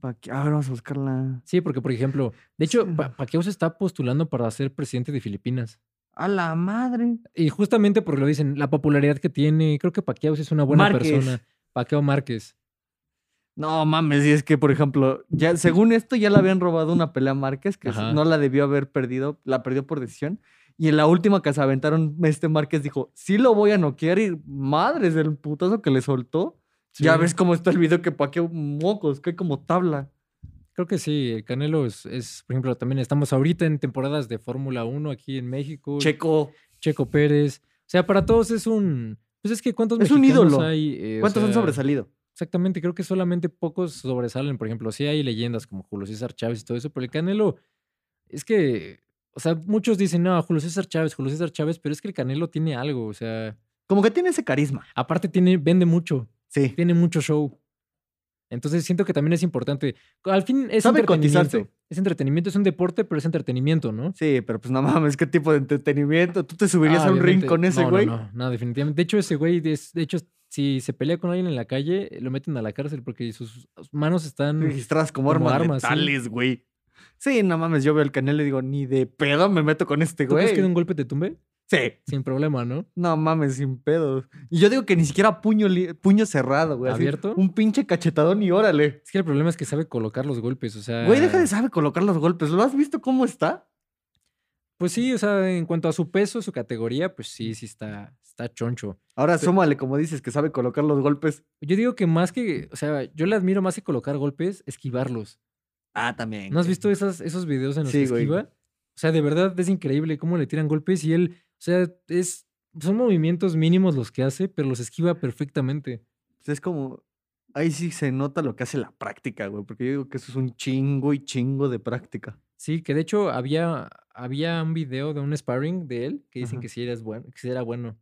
[SPEAKER 2] Pacquiao- a ver, vamos a buscarla.
[SPEAKER 1] Sí, porque, por ejemplo, de hecho,
[SPEAKER 2] Sí.
[SPEAKER 1] Pa- Pacquiao se está postulando para ser presidente de Filipinas.
[SPEAKER 2] A la madre.
[SPEAKER 1] Y justamente porque lo dicen, la popularidad que tiene, creo que Pacquiao sí es una buena
[SPEAKER 2] Márquez.
[SPEAKER 1] persona. Pacquiao Márquez.
[SPEAKER 2] No mames, y es que, por ejemplo, ya, según esto, ya le habían robado una pelea a Márquez, que
[SPEAKER 1] Ajá.
[SPEAKER 2] no la debió haber perdido, la perdió por decisión. Y en la última que se aventaron, este Márquez dijo: Sí, lo voy a noquear. Y madres del putazo que le soltó. Ya
[SPEAKER 1] Sí,
[SPEAKER 2] ves cómo está el video que Pacquiao mocos, que hay como tabla.
[SPEAKER 1] Creo que sí, el Canelo es, es, por ejemplo, también estamos ahorita en temporadas de Fórmula 1 aquí en México.
[SPEAKER 2] Checo.
[SPEAKER 1] Checo Pérez. O sea, para todos es un... Pues es que ¿cuántos
[SPEAKER 2] Es un
[SPEAKER 1] mexicanos
[SPEAKER 2] ídolo.
[SPEAKER 1] hay? Eh, o
[SPEAKER 2] ¿Cuántos han
[SPEAKER 1] sea,
[SPEAKER 2] sobresalido?
[SPEAKER 1] Exactamente, creo que solamente pocos sobresalen. Por ejemplo, sí hay leyendas como Julio César Chávez y todo eso, pero el Canelo es que, o sea, muchos dicen, no, Julio César Chávez, Julio César Chávez, pero es que el Canelo tiene algo, o sea,
[SPEAKER 2] Como que tiene ese carisma.
[SPEAKER 1] aparte tiene, vende mucho,
[SPEAKER 2] Sí.
[SPEAKER 1] tiene mucho show. Entonces siento que también es importante. Al fin es
[SPEAKER 2] Sabe
[SPEAKER 1] entretenimiento.
[SPEAKER 2] cotizarse.
[SPEAKER 1] Es entretenimiento, es un deporte, pero es entretenimiento, ¿no?
[SPEAKER 2] Sí, pero pues no mames, qué tipo de entretenimiento. ¿Tú te subirías
[SPEAKER 1] Ah,
[SPEAKER 2] a un ring
[SPEAKER 1] obviamente.
[SPEAKER 2] con ese
[SPEAKER 1] No,
[SPEAKER 2] güey?
[SPEAKER 1] No, no, no, definitivamente. De hecho, ese güey, es- de hecho, si se pelea con alguien en la calle, lo meten a la cárcel porque sus manos están...
[SPEAKER 2] Registradas como,
[SPEAKER 1] Como
[SPEAKER 2] armas,
[SPEAKER 1] armas, sí.
[SPEAKER 2] letales, güey. Sí, no mames, yo veo el canal y digo, ni de pedo me meto con este
[SPEAKER 1] ¿Tú
[SPEAKER 2] güey.
[SPEAKER 1] crees que de un golpe te tumbe?
[SPEAKER 2] Sí.
[SPEAKER 1] Sin problema, ¿no?
[SPEAKER 2] No mames, sin pedos. Y yo digo que ni siquiera puño, li- puño cerrado, güey. así,
[SPEAKER 1] ¿Abierto?
[SPEAKER 2] Un pinche cachetadón y órale.
[SPEAKER 1] Es que el problema es que sabe colocar los golpes, o sea.
[SPEAKER 2] Güey, deja de saber colocar los golpes. ¿Lo has visto cómo está?
[SPEAKER 1] Pues sí, o sea, en cuanto a su peso, su categoría, pues sí, sí está, está choncho.
[SPEAKER 2] Ahora
[SPEAKER 1] Sí.
[SPEAKER 2] súmale, como dices, que sabe colocar los golpes.
[SPEAKER 1] Yo digo que más que, o sea, yo le admiro más que colocar golpes, esquivarlos.
[SPEAKER 2] Ah, también.
[SPEAKER 1] ¿No has visto esas, esos videos en los que
[SPEAKER 2] Sí, güey.
[SPEAKER 1] esquiva? O sea, de verdad es increíble cómo le tiran golpes y él, o sea, es, son movimientos mínimos los que hace, pero los esquiva perfectamente.
[SPEAKER 2] Pues es como. Ahí sí se nota lo que hace la práctica, güey. Porque yo digo que eso es un chingo y chingo de práctica.
[SPEAKER 1] Sí, que de hecho había, había un video de un sparring de él que dicen
[SPEAKER 2] Ajá.
[SPEAKER 1] que sí, eras bueno, que sí era bueno.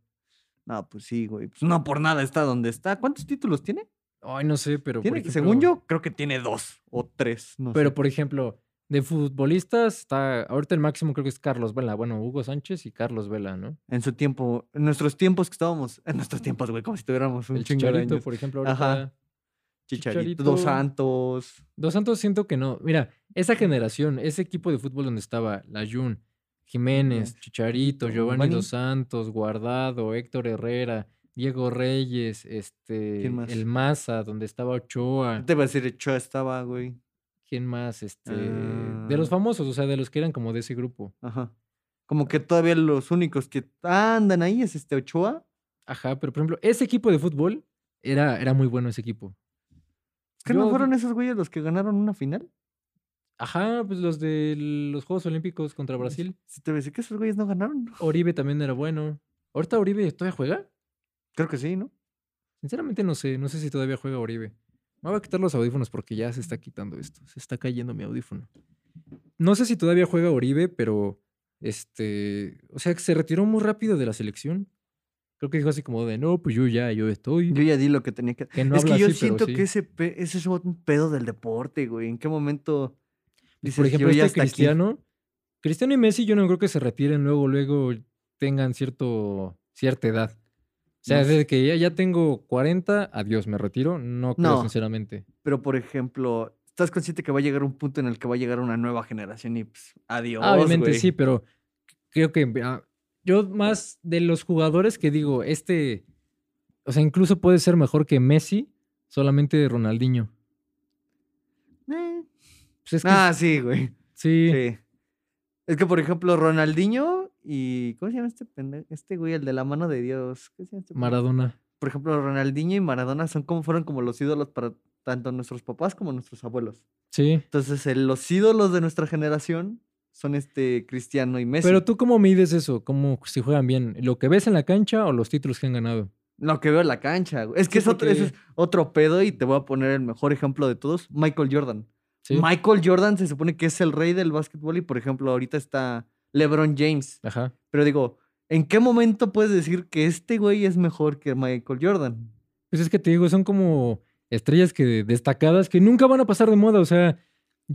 [SPEAKER 2] No, pues sí, güey. Pues no por nada está donde está. ¿Cuántos títulos tiene?
[SPEAKER 1] Ay, no sé, pero. por
[SPEAKER 2] tiene según
[SPEAKER 1] ejemplo-
[SPEAKER 2] yo, creo que tiene dos o tres. No
[SPEAKER 1] Pero,
[SPEAKER 2] sé.
[SPEAKER 1] por ejemplo, de futbolistas está. Ahorita el máximo creo que es Carlos Vela. Bueno, Hugo Sánchez y Carlos Vela, ¿no?
[SPEAKER 2] En su tiempo, en nuestros tiempos que estábamos. En nuestros tiempos, güey, como si tuviéramos un
[SPEAKER 1] El
[SPEAKER 2] chingo de
[SPEAKER 1] Chicharito,
[SPEAKER 2] años.
[SPEAKER 1] por ejemplo, ahorita.
[SPEAKER 2] Ajá. Chicharito, Dos
[SPEAKER 1] Chicharito.
[SPEAKER 2] Santos.
[SPEAKER 1] Dos Santos siento que no. Mira, esa generación, ese equipo de fútbol donde estaba la Jun, Jiménez,
[SPEAKER 2] Jiménez,
[SPEAKER 1] Chicharito,
[SPEAKER 2] Chicharito,
[SPEAKER 1] Giovanni
[SPEAKER 2] Giovanni.
[SPEAKER 1] Dos Santos, Guardado, Héctor Herrera, Diego Reyes, este,
[SPEAKER 2] ¿Quién más?
[SPEAKER 1] el Maza, donde estaba Ochoa,
[SPEAKER 2] Te iba a decir, Cho estaba, güey.
[SPEAKER 1] ¿quién más? Este, de los
[SPEAKER 2] Ah.
[SPEAKER 1] famosos, o sea, de los que eran como de ese grupo.
[SPEAKER 2] Ajá. Como que todavía los únicos que andan ahí es este Ochoa.
[SPEAKER 1] Ajá, pero por ejemplo, ese equipo de fútbol era, era muy bueno ese equipo.
[SPEAKER 2] Es que
[SPEAKER 1] Yo-
[SPEAKER 2] no fueron esos güeyes los que ganaron una final.
[SPEAKER 1] Ajá, pues los de los Juegos Olímpicos contra Brasil.
[SPEAKER 2] Si te iba a decir que esos güeyes no ganaron.
[SPEAKER 1] Oribe también era bueno. ¿Ahorita Oribe todavía juega?
[SPEAKER 2] Creo que sí, ¿no?
[SPEAKER 1] Sinceramente no sé, no sé si todavía juega Oribe. Me voy a quitar los audífonos porque ya se está quitando esto. Se está cayendo mi audífono. No sé si todavía juega Oribe, pero este, o sea, que se retiró muy rápido de la selección. Creo que dijo así como de, "No, pues yo ya yo estoy."
[SPEAKER 2] Yo ya di lo que tenía que.
[SPEAKER 1] Que no
[SPEAKER 2] es que
[SPEAKER 1] habla
[SPEAKER 2] yo
[SPEAKER 1] así, pero
[SPEAKER 2] siento
[SPEAKER 1] sí.
[SPEAKER 2] que ese, pe- ese es un pedo del deporte, güey. ¿En qué momento?
[SPEAKER 1] Pues,
[SPEAKER 2] dices,
[SPEAKER 1] por ejemplo,
[SPEAKER 2] "Yo ya
[SPEAKER 1] este
[SPEAKER 2] hasta aquí"?
[SPEAKER 1] Cristiano, Cristiano y Messi yo no creo que se retiren luego luego tengan cierto cierta edad. O sea,
[SPEAKER 2] No sé.
[SPEAKER 1] desde que ya, ya tengo 40, adiós, me retiro. No creo,
[SPEAKER 2] No.
[SPEAKER 1] sinceramente.
[SPEAKER 2] Pero, por ejemplo, estás consciente que va a llegar un punto en el que va a llegar una nueva generación y pues, adiós.
[SPEAKER 1] Ah, Obviamente
[SPEAKER 2] güey.
[SPEAKER 1] sí, pero creo que ah, yo más de los jugadores que digo, este, o sea, incluso puede ser mejor que Messi, solamente Ronaldinho.
[SPEAKER 2] Eh.
[SPEAKER 1] Pues es que
[SPEAKER 2] Ah, sí, güey.
[SPEAKER 1] sí,
[SPEAKER 2] Sí. Es que, por ejemplo, Ronaldinho y. ¿Cómo se llama este pendejo? Este güey, el de la mano de Dios. ¿Cómo se llama este pendejo?
[SPEAKER 1] Maradona.
[SPEAKER 2] Por ejemplo, Ronaldinho y Maradona son como fueron como los ídolos para tanto nuestros papás como nuestros abuelos.
[SPEAKER 1] Sí.
[SPEAKER 2] Entonces, el- los ídolos de nuestra generación son este Cristiano y Messi.
[SPEAKER 1] Pero tú cómo mides eso, como si juegan bien, lo que ves en la cancha o los títulos que han ganado.
[SPEAKER 2] Lo que veo en la cancha. güey. Es que
[SPEAKER 1] Sí,
[SPEAKER 2] es otro, ese es
[SPEAKER 1] porque-
[SPEAKER 2] otro pedo y te voy a poner el mejor ejemplo de todos: Michael Jordan.
[SPEAKER 1] Sí.
[SPEAKER 2] Michael Jordan se supone que es el rey del básquetbol y, por ejemplo, ahorita está LeBron James.
[SPEAKER 1] Ajá.
[SPEAKER 2] Pero digo, ¿en qué momento puedes decir que este güey es mejor que Michael Jordan?
[SPEAKER 1] Pues es que te digo, son como estrellas que destacadas que nunca van a pasar de moda. O sea,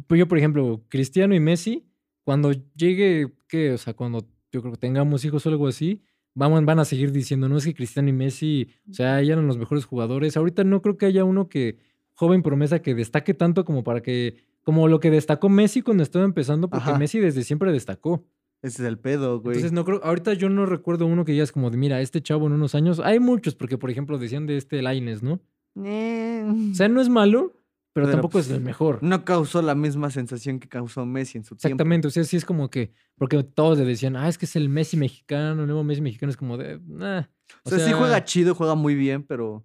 [SPEAKER 1] pues yo, por ejemplo, Cristiano y Messi, cuando llegue, ¿qué? O sea, cuando yo creo que tengamos hijos o algo así, vamos, van a seguir diciendo, no es que Cristiano y Messi, o sea, ya eran los mejores jugadores. Ahorita no creo que haya uno que, joven promesa, que destaque tanto como para que, como lo que destacó Messi cuando estaba empezando, porque
[SPEAKER 2] Ajá.
[SPEAKER 1] Messi desde siempre destacó.
[SPEAKER 2] Ese es el pedo, güey.
[SPEAKER 1] Entonces, no creo, ahorita yo no recuerdo uno que digas como de, mira, este chavo en unos años, hay muchos, porque por ejemplo decían de este Laines, ¿no?
[SPEAKER 2] Eh,
[SPEAKER 1] O sea, no es malo, pero,
[SPEAKER 2] Pero,
[SPEAKER 1] tampoco es
[SPEAKER 2] pues,
[SPEAKER 1] el mejor.
[SPEAKER 2] no causó la misma sensación que causó Messi en su tiempo.
[SPEAKER 1] Exactamente, o sea, sí es como que, porque todos le decían, ah, es que es el Messi mexicano, el nuevo Messi mexicano, es como de, nah.
[SPEAKER 2] O sea, sí juega chido, juega muy bien, pero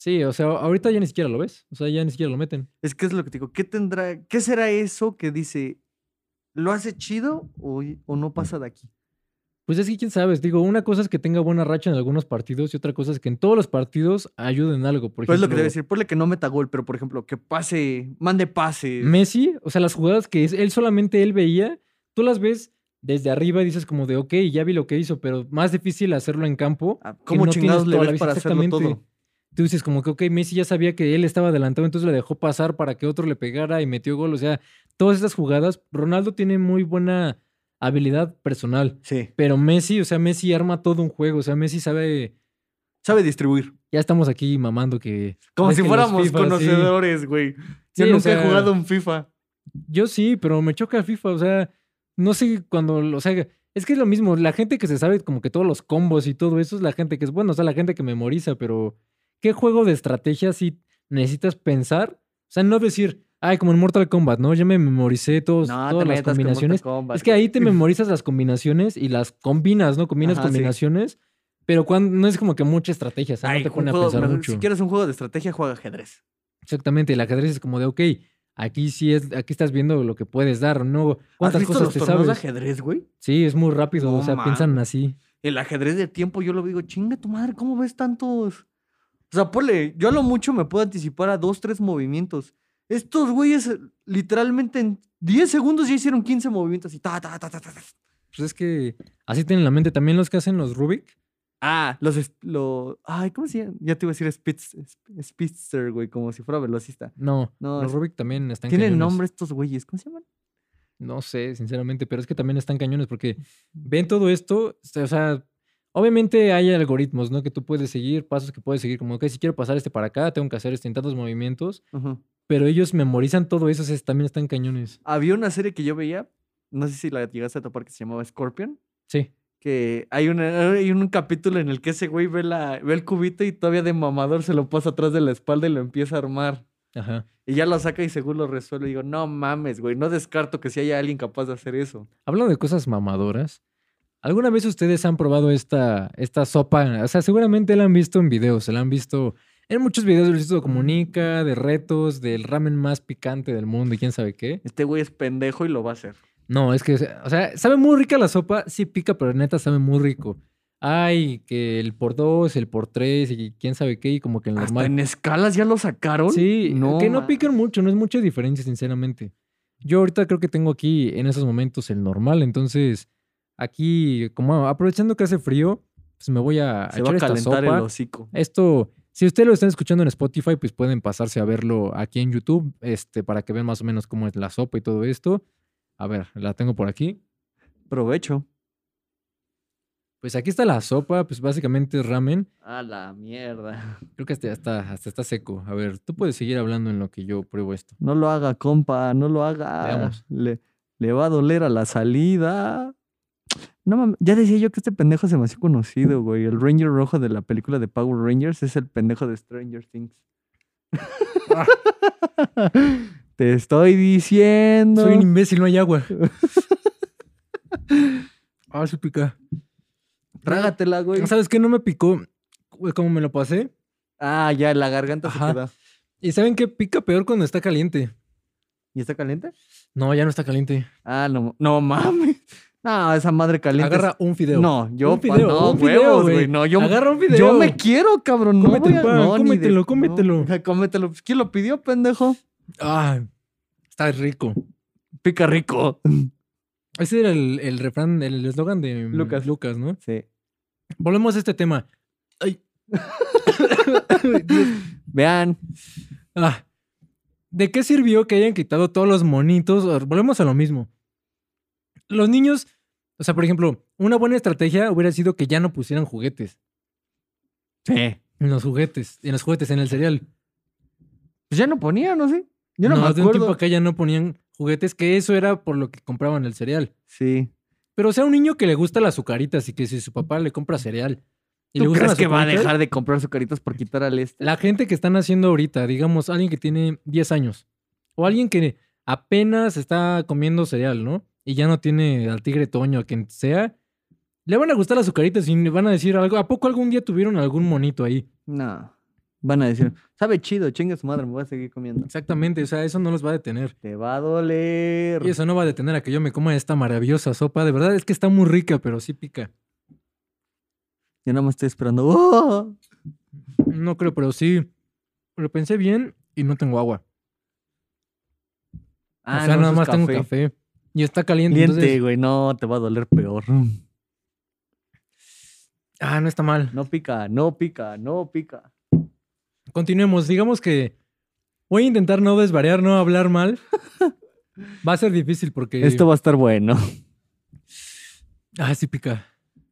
[SPEAKER 1] Sí, o sea, ahorita ya ni siquiera lo ves, o sea, ya ni siquiera lo meten.
[SPEAKER 2] es que es lo que te digo. ¿Qué tendrá, qué será eso que dice, lo hace chido o, o no pasa de aquí?
[SPEAKER 1] Pues es que quién sabes, digo, una cosa es que tenga buena racha en algunos partidos y otra cosa es que en todos los partidos ayuden algo. Por
[SPEAKER 2] Pues es lo que te
[SPEAKER 1] ejemplo,
[SPEAKER 2] voy a decir, ponle que no meta gol, pero por ejemplo, que pase, mande pase.
[SPEAKER 1] Messi, o sea, las jugadas que es- él solamente él veía, tú las ves desde arriba y dices como de, ok, ya vi lo que hizo, pero más difícil hacerlo en campo. que
[SPEAKER 2] Ah, ¿Cómo
[SPEAKER 1] no tienes
[SPEAKER 2] chingados le
[SPEAKER 1] toda la
[SPEAKER 2] ves
[SPEAKER 1] vista.
[SPEAKER 2] para hacerlo
[SPEAKER 1] Exactamente.
[SPEAKER 2] todo?
[SPEAKER 1] Tú dices como que, ok, Messi ya sabía que él estaba adelantado, entonces le dejó pasar para que otro le pegara y metió gol. O sea, todas estas jugadas, Ronaldo tiene muy buena habilidad personal,
[SPEAKER 2] Sí.
[SPEAKER 1] pero Messi, o sea, Messi arma todo un juego, o sea, Messi sabe,
[SPEAKER 2] Sabe distribuir.
[SPEAKER 1] ya estamos aquí mamando que...
[SPEAKER 2] Como
[SPEAKER 1] ves
[SPEAKER 2] si
[SPEAKER 1] que los
[SPEAKER 2] fuéramos
[SPEAKER 1] FIFA, sí.
[SPEAKER 2] conocedores, güey. Yo
[SPEAKER 1] Sí, o
[SPEAKER 2] nunca
[SPEAKER 1] sea,
[SPEAKER 2] he jugado un FIFA.
[SPEAKER 1] Yo sí, pero me choca el FIFA, o sea, no sé cuando, o sea, es que es lo mismo, la gente que se sabe como que todos los combos y todo eso es la gente que es bueno, o sea, la gente que memoriza, pero ¿qué juego de estrategia si necesitas pensar? O sea, no decir, ay, como en Mortal Kombat, ¿no? Ya me memoricé todos, pues, todas las combinaciones. Es que ahí te memorizas las combinaciones y las combinas, ¿no? Combinas
[SPEAKER 2] Ajá, sí.
[SPEAKER 1] combinaciones, pero cuando, no es como que mucha estrategia, o sea, no te pone a pensar mucho.
[SPEAKER 2] Si quieres un juego de estrategia, juega ajedrez.
[SPEAKER 1] Exactamente, el ajedrez es como de, ok, aquí sí es, aquí estás viendo lo que puedes dar, no
[SPEAKER 2] ¿Has
[SPEAKER 1] cuántas
[SPEAKER 2] visto
[SPEAKER 1] cosas
[SPEAKER 2] los
[SPEAKER 1] te
[SPEAKER 2] torneos
[SPEAKER 1] sabes.
[SPEAKER 2] de ajedrez, güey?
[SPEAKER 1] Sí, es muy rápido, o
[SPEAKER 2] No
[SPEAKER 1] sea, piensan
[SPEAKER 2] mames.
[SPEAKER 1] así.
[SPEAKER 2] El ajedrez de tiempo, yo lo digo, chinga tu madre, ¿cómo ves tantos? O sea, ponle, yo a lo mucho me puedo anticipar a dos, tres movimientos. Estos güeyes, eh, literalmente en 10 segundos ya hicieron 15 movimientos y ta, ta, ta, ta, ta. ta.
[SPEAKER 1] Pues es que así tienen la mente. También los que hacen los Rubik.
[SPEAKER 2] Ah, los, es- lo, ay, ¿cómo se llama? Ya te iba a decir speeds- sp- speedster, güey, como si fuera velocista.
[SPEAKER 1] No,
[SPEAKER 2] No,
[SPEAKER 1] los
[SPEAKER 2] es-
[SPEAKER 1] Rubik también están
[SPEAKER 2] tienen
[SPEAKER 1] cañones.
[SPEAKER 2] nombre estos güeyes, ¿cómo se llaman?
[SPEAKER 1] No sé, sinceramente, pero es que también están cañones porque ven todo esto, este, o sea, obviamente hay algoritmos, ¿no? Que tú puedes seguir, pasos que puedes seguir, como, ok, si quiero pasar este para acá, tengo que hacer este en tantos movimientos,
[SPEAKER 2] Ujú.
[SPEAKER 1] pero ellos memorizan todo eso, o sea, también están cañones.
[SPEAKER 2] Había una serie que yo veía, no sé si la llegaste a topar, que se llamaba Scorpion,
[SPEAKER 1] Sí,
[SPEAKER 2] que hay, una- hay un capítulo en el que ese güey ve, la, ve el cubito y todavía de mamador se lo pasa atrás de la espalda y lo empieza a armar.
[SPEAKER 1] Ajá.
[SPEAKER 2] Y ya lo saca y según lo resuelve. Y digo, no mames, güey, no descarto que si haya alguien capaz de hacer eso.
[SPEAKER 1] Hablando de cosas mamadoras, ¿alguna vez ustedes han probado esta, esta sopa? O sea, seguramente la han visto en videos, se la han visto en muchos videos de Luisito Comunica, de retos, del ramen más picante del mundo y quién sabe qué.
[SPEAKER 2] Este güey es pendejo y lo va a hacer.
[SPEAKER 1] No, es que, o sea, sabe muy rica la sopa, sí pica, pero neta sabe muy rico. Ay, que el por dos, el por tres y quién sabe qué, y como que el
[SPEAKER 2] Hasta
[SPEAKER 1] normal.
[SPEAKER 2] en escalas ya lo sacaron.
[SPEAKER 1] Sí, que no
[SPEAKER 2] ma-
[SPEAKER 1] pican mucho, no es mucha diferencia, sinceramente. Yo ahorita creo que tengo aquí en esos momentos el normal, entonces aquí, como aprovechando que hace frío, pues me voy a, a
[SPEAKER 2] Se va
[SPEAKER 1] echar
[SPEAKER 2] a
[SPEAKER 1] esta
[SPEAKER 2] Ah, calentar el
[SPEAKER 1] sopa.
[SPEAKER 2] hocico.
[SPEAKER 1] Esto, si ustedes lo están escuchando en Spotify, pues pueden pasarse a verlo aquí en YouTube, este, para que vean más o menos cómo es la sopa y todo esto. A ver, la tengo por aquí.
[SPEAKER 2] Provecho.
[SPEAKER 1] Pues aquí está la sopa, pues básicamente es ramen.
[SPEAKER 2] A la mierda.
[SPEAKER 1] Creo que hasta ya está, hasta está seco. A ver, tú puedes seguir hablando en lo que yo pruebo esto.
[SPEAKER 2] No lo haga, compa, no lo haga.
[SPEAKER 1] Veamos.
[SPEAKER 2] Le, le va a doler a la salida. No mames, ya decía yo que este pendejo es demasiado conocido, güey. El Ranger rojo de la película de Power Rangers es el pendejo de Stranger Things. Te estoy diciendo.
[SPEAKER 1] Soy un imbécil, no hay agua. ah, sí pica.
[SPEAKER 2] Trágatela, güey.
[SPEAKER 1] ¿Sabes qué? No me picó güey, como me lo pasé.
[SPEAKER 2] Ah, ya, la garganta
[SPEAKER 1] Ajá.
[SPEAKER 2] se queda.
[SPEAKER 1] ¿Y saben qué? Pica peor cuando está caliente.
[SPEAKER 2] ¿Y está caliente?
[SPEAKER 1] No, ya no está caliente.
[SPEAKER 2] Ah, no, no mames. No, esa madre caliente. es-
[SPEAKER 1] Agarra un fideo.
[SPEAKER 2] No, yo
[SPEAKER 1] Un
[SPEAKER 2] pa-
[SPEAKER 1] fideo,
[SPEAKER 2] no,
[SPEAKER 1] un fideo,
[SPEAKER 2] huevos,
[SPEAKER 1] güey.
[SPEAKER 2] güey. No, yo
[SPEAKER 1] Agarra un fideo.
[SPEAKER 2] Yo me quiero, cabrón. No
[SPEAKER 1] Cómete el
[SPEAKER 2] voy a-
[SPEAKER 1] pan,
[SPEAKER 2] no, ni de-
[SPEAKER 1] cómetelo, cómetelo.
[SPEAKER 2] no, cómetelo. Pues, ¿Quién lo pidió, pendejo?
[SPEAKER 1] Ah, está rico.
[SPEAKER 2] Pica rico.
[SPEAKER 1] Ese era el, el refrán, el eslogan de mm,
[SPEAKER 2] Lucas.
[SPEAKER 1] Lucas, ¿no?
[SPEAKER 2] Sí.
[SPEAKER 1] Volvemos a este tema.
[SPEAKER 2] Vean.
[SPEAKER 1] Ah, ¿De qué sirvió que hayan quitado todos los monitos? Or- Volvemos a lo mismo. Los niños, o sea, por ejemplo, una buena estrategia hubiera sido que ya no pusieran juguetes.
[SPEAKER 2] Sí.
[SPEAKER 1] En los juguetes, en los juguetes, en el cereal.
[SPEAKER 2] Pues ya no ponía, ¿no sé? Yo no, me
[SPEAKER 1] de un tiempo
[SPEAKER 2] acuerdo.
[SPEAKER 1] acá ya no ponían juguetes, que eso era por lo que compraban el cereal.
[SPEAKER 2] Sí.
[SPEAKER 1] Pero o sea, un niño que le gusta las azucaritas y que si su papá le compra cereal y le
[SPEAKER 2] ¿Tú
[SPEAKER 1] gustan
[SPEAKER 2] crees
[SPEAKER 1] las
[SPEAKER 2] que va a
[SPEAKER 1] azucaritas,
[SPEAKER 2] dejar de comprar sus caritas por quitar al este?
[SPEAKER 1] La gente que están haciendo ahorita, digamos, alguien que tiene 10 años o alguien que apenas está comiendo cereal, ¿no? Y ya no tiene al tigre Toño, a quien sea, le van a gustar las azucaritas y le van a decir algo. ¿A poco algún día tuvieron algún monito ahí?
[SPEAKER 2] No. Van a decir, sabe chido, chinga su madre, me voy a seguir comiendo.
[SPEAKER 1] Exactamente, o sea, eso no los va a detener.
[SPEAKER 2] Te va a doler.
[SPEAKER 1] Y eso no va a detener a que yo me coma esta maravillosa sopa. De verdad es que está muy rica, pero sí pica.
[SPEAKER 2] Yo nada más estoy esperando. ¡Oh!
[SPEAKER 1] No creo, pero sí. Lo pensé bien y no tengo agua. o sea,
[SPEAKER 2] Ah, no,
[SPEAKER 1] nada
[SPEAKER 2] eso
[SPEAKER 1] más
[SPEAKER 2] es
[SPEAKER 1] tengo café. Y está caliente. entonces-
[SPEAKER 2] Caliente, güey. No, te va a doler peor.
[SPEAKER 1] ah, no está mal.
[SPEAKER 2] No pica, no pica, no pica.
[SPEAKER 1] Continuemos. Digamos que voy a intentar no desvariar, no hablar mal. Va a ser difícil porque.
[SPEAKER 2] Esto va a estar bueno.
[SPEAKER 1] Ah, sí pica.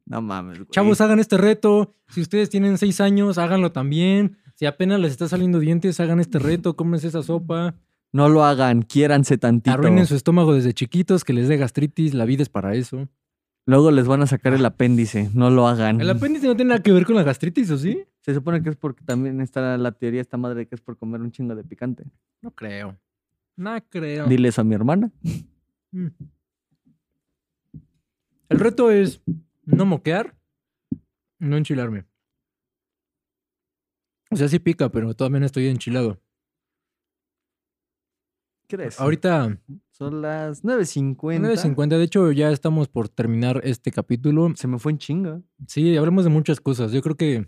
[SPEAKER 2] No mames, güey.
[SPEAKER 1] Chavos, hagan este reto. Si ustedes tienen seis años, háganlo también. Si apenas les está saliendo dientes, hagan este reto. Cómense esa sopa.
[SPEAKER 2] No lo hagan, quiéranse tantito.
[SPEAKER 1] Arruinen su estómago desde chiquitos, que les dé gastritis. La vida es para eso.
[SPEAKER 2] Luego les van a sacar el apéndice. No lo hagan.
[SPEAKER 1] El apéndice no tiene nada que ver con la gastritis, ¿o sí?
[SPEAKER 2] Se supone que es porque también está la teoría esta madre de que es por comer un chingo de picante.
[SPEAKER 1] No creo. No creo.
[SPEAKER 2] Dile eso a mi hermana.
[SPEAKER 1] Mm. El reto es no moquear, no enchilarme. O sea, sí pica, pero todavía no estoy enchilado.
[SPEAKER 2] ¿Crees?
[SPEAKER 1] Ahorita
[SPEAKER 2] Son las 9.50.
[SPEAKER 1] 9.50, de hecho ya estamos por terminar este capítulo.
[SPEAKER 2] Se me fue en chinga.
[SPEAKER 1] Sí, hablamos de muchas cosas. Yo creo que